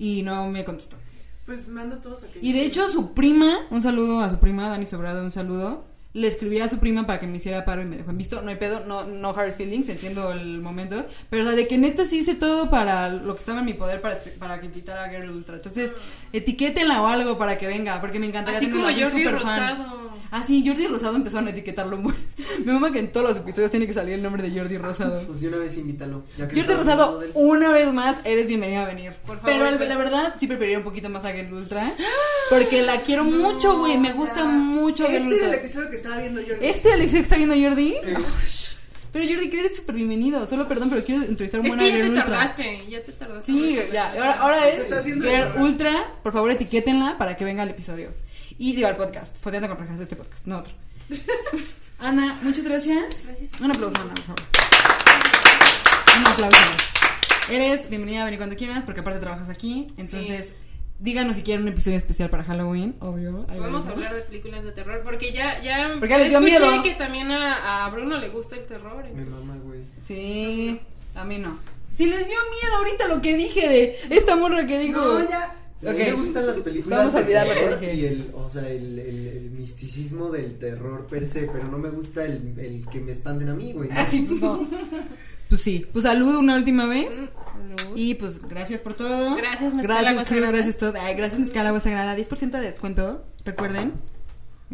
[SPEAKER 1] Y no me contestó.
[SPEAKER 4] Pues manda todos a que.
[SPEAKER 1] Y de hecho, su prima, un saludo a su prima, Dani Sobrado, un saludo. Le escribí a su prima para que me hiciera paro y me dejó en visto. No hay pedo, no, no hard feelings, entiendo el momento. Pero la de que neta sí hice todo para lo que estaba en mi poder para, escri- para que quitara a Girl Ultra. Entonces, etiquétenla o algo para que venga, porque me encantaría
[SPEAKER 2] Así como
[SPEAKER 1] tenerla, soy
[SPEAKER 2] Jordi
[SPEAKER 1] superfan.
[SPEAKER 2] Rosado.
[SPEAKER 1] Ah, sí, Jordi Rosado empezaron a etiquetarlo muy. <laughs> Me mama que en todos los episodios tiene que salir el nombre de Jordi Rosado.
[SPEAKER 3] Pues de una vez invítalo. ya que
[SPEAKER 1] Jordi
[SPEAKER 3] estamos hablando
[SPEAKER 1] Rosado,
[SPEAKER 3] de él.
[SPEAKER 1] una vez más, eres bienvenido a venir.
[SPEAKER 2] Por favor,
[SPEAKER 1] Pero el-
[SPEAKER 2] ven.
[SPEAKER 1] la verdad, sí preferiría un poquito más a Girl
[SPEAKER 2] <gasps>
[SPEAKER 1] Ultra. Porque la quiero mucho, güey. Me gusta
[SPEAKER 4] ya.
[SPEAKER 1] mucho
[SPEAKER 4] Este
[SPEAKER 1] Girl
[SPEAKER 4] era el
[SPEAKER 1] Ultra.
[SPEAKER 4] episodio que estaba viendo yo.
[SPEAKER 1] Este Alexio que está viendo Jordi.
[SPEAKER 3] Eh,
[SPEAKER 1] Pero Jordi, que eres súper bienvenido. Solo perdón, pero quiero entrevistar a un
[SPEAKER 2] Es
[SPEAKER 1] buen
[SPEAKER 2] que
[SPEAKER 1] Girl
[SPEAKER 2] ya te
[SPEAKER 1] Ultra.
[SPEAKER 2] tardaste. Ya te tardaste.
[SPEAKER 1] Sí,
[SPEAKER 2] mucho.
[SPEAKER 1] ya. Ahora, ahora es
[SPEAKER 4] Está haciendo el
[SPEAKER 1] Girl
[SPEAKER 4] programa.
[SPEAKER 1] Ultra. Por favor, etiquétenla para que venga el episodio. Y digo al podcast. Foteando con rejas este podcast, no
[SPEAKER 4] <laughs>
[SPEAKER 1] otro. Ana, muchas gracias.
[SPEAKER 2] Gracias.
[SPEAKER 1] Un aplauso, Ana, por favor. Un aplauso. Eres bienvenida a venir cuando quieras, porque aparte trabajas aquí. Entonces, díganos si quieren un episodio especial para Halloween, obvio. ahí
[SPEAKER 2] Podemos
[SPEAKER 1] lo
[SPEAKER 2] hablar de películas de terror. Porque ya. ya
[SPEAKER 1] Porque ya les dio
[SPEAKER 2] escuché
[SPEAKER 1] miedo.
[SPEAKER 2] que también a, a Bruno le gusta el terror.
[SPEAKER 3] Me
[SPEAKER 2] entonces-
[SPEAKER 3] mama, güey.
[SPEAKER 1] Sí, a mí no. Si les dio miedo ahorita lo que dije de esta morra que dijo.
[SPEAKER 3] No, ya. A mí
[SPEAKER 1] Ok.
[SPEAKER 3] me gustan las películas
[SPEAKER 1] Vamos a
[SPEAKER 3] de
[SPEAKER 1] olvidar lo que
[SPEAKER 3] terror
[SPEAKER 1] dije.
[SPEAKER 3] y el, o sea, el, el, el misticismo del terror per se, pero no me gusta el, el que me espanten a mí, güey.
[SPEAKER 1] Así, pues no. Pues sí, pues saludo una última vez.
[SPEAKER 2] Salud.
[SPEAKER 1] Y pues gracias por todo.
[SPEAKER 2] Gracias, Mezcal
[SPEAKER 1] Gracias,
[SPEAKER 2] Agua
[SPEAKER 1] Jaime,
[SPEAKER 2] Sagrada.
[SPEAKER 1] gracias todo. Ay, gracias, Mezcal Agua Sagrada. 10% de descuento, recuerden.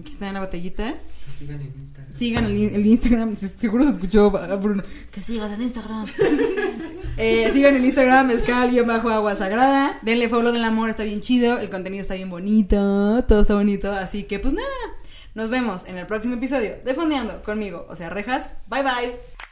[SPEAKER 1] Aquí está en la botellita.
[SPEAKER 3] Sigan en Instagram.
[SPEAKER 1] Sigan el, in- el Instagram, se- seguro se escuchó a Bruno. Que sigan el Instagram. <laughs> Eh, sigan el Instagram, mezcal-agua sagrada. Denle follow del amor, está bien chido. El contenido está bien bonito, todo está bonito. Así que pues nada, nos vemos en el próximo episodio de Fondeando conmigo, o sea, rejas. Bye bye.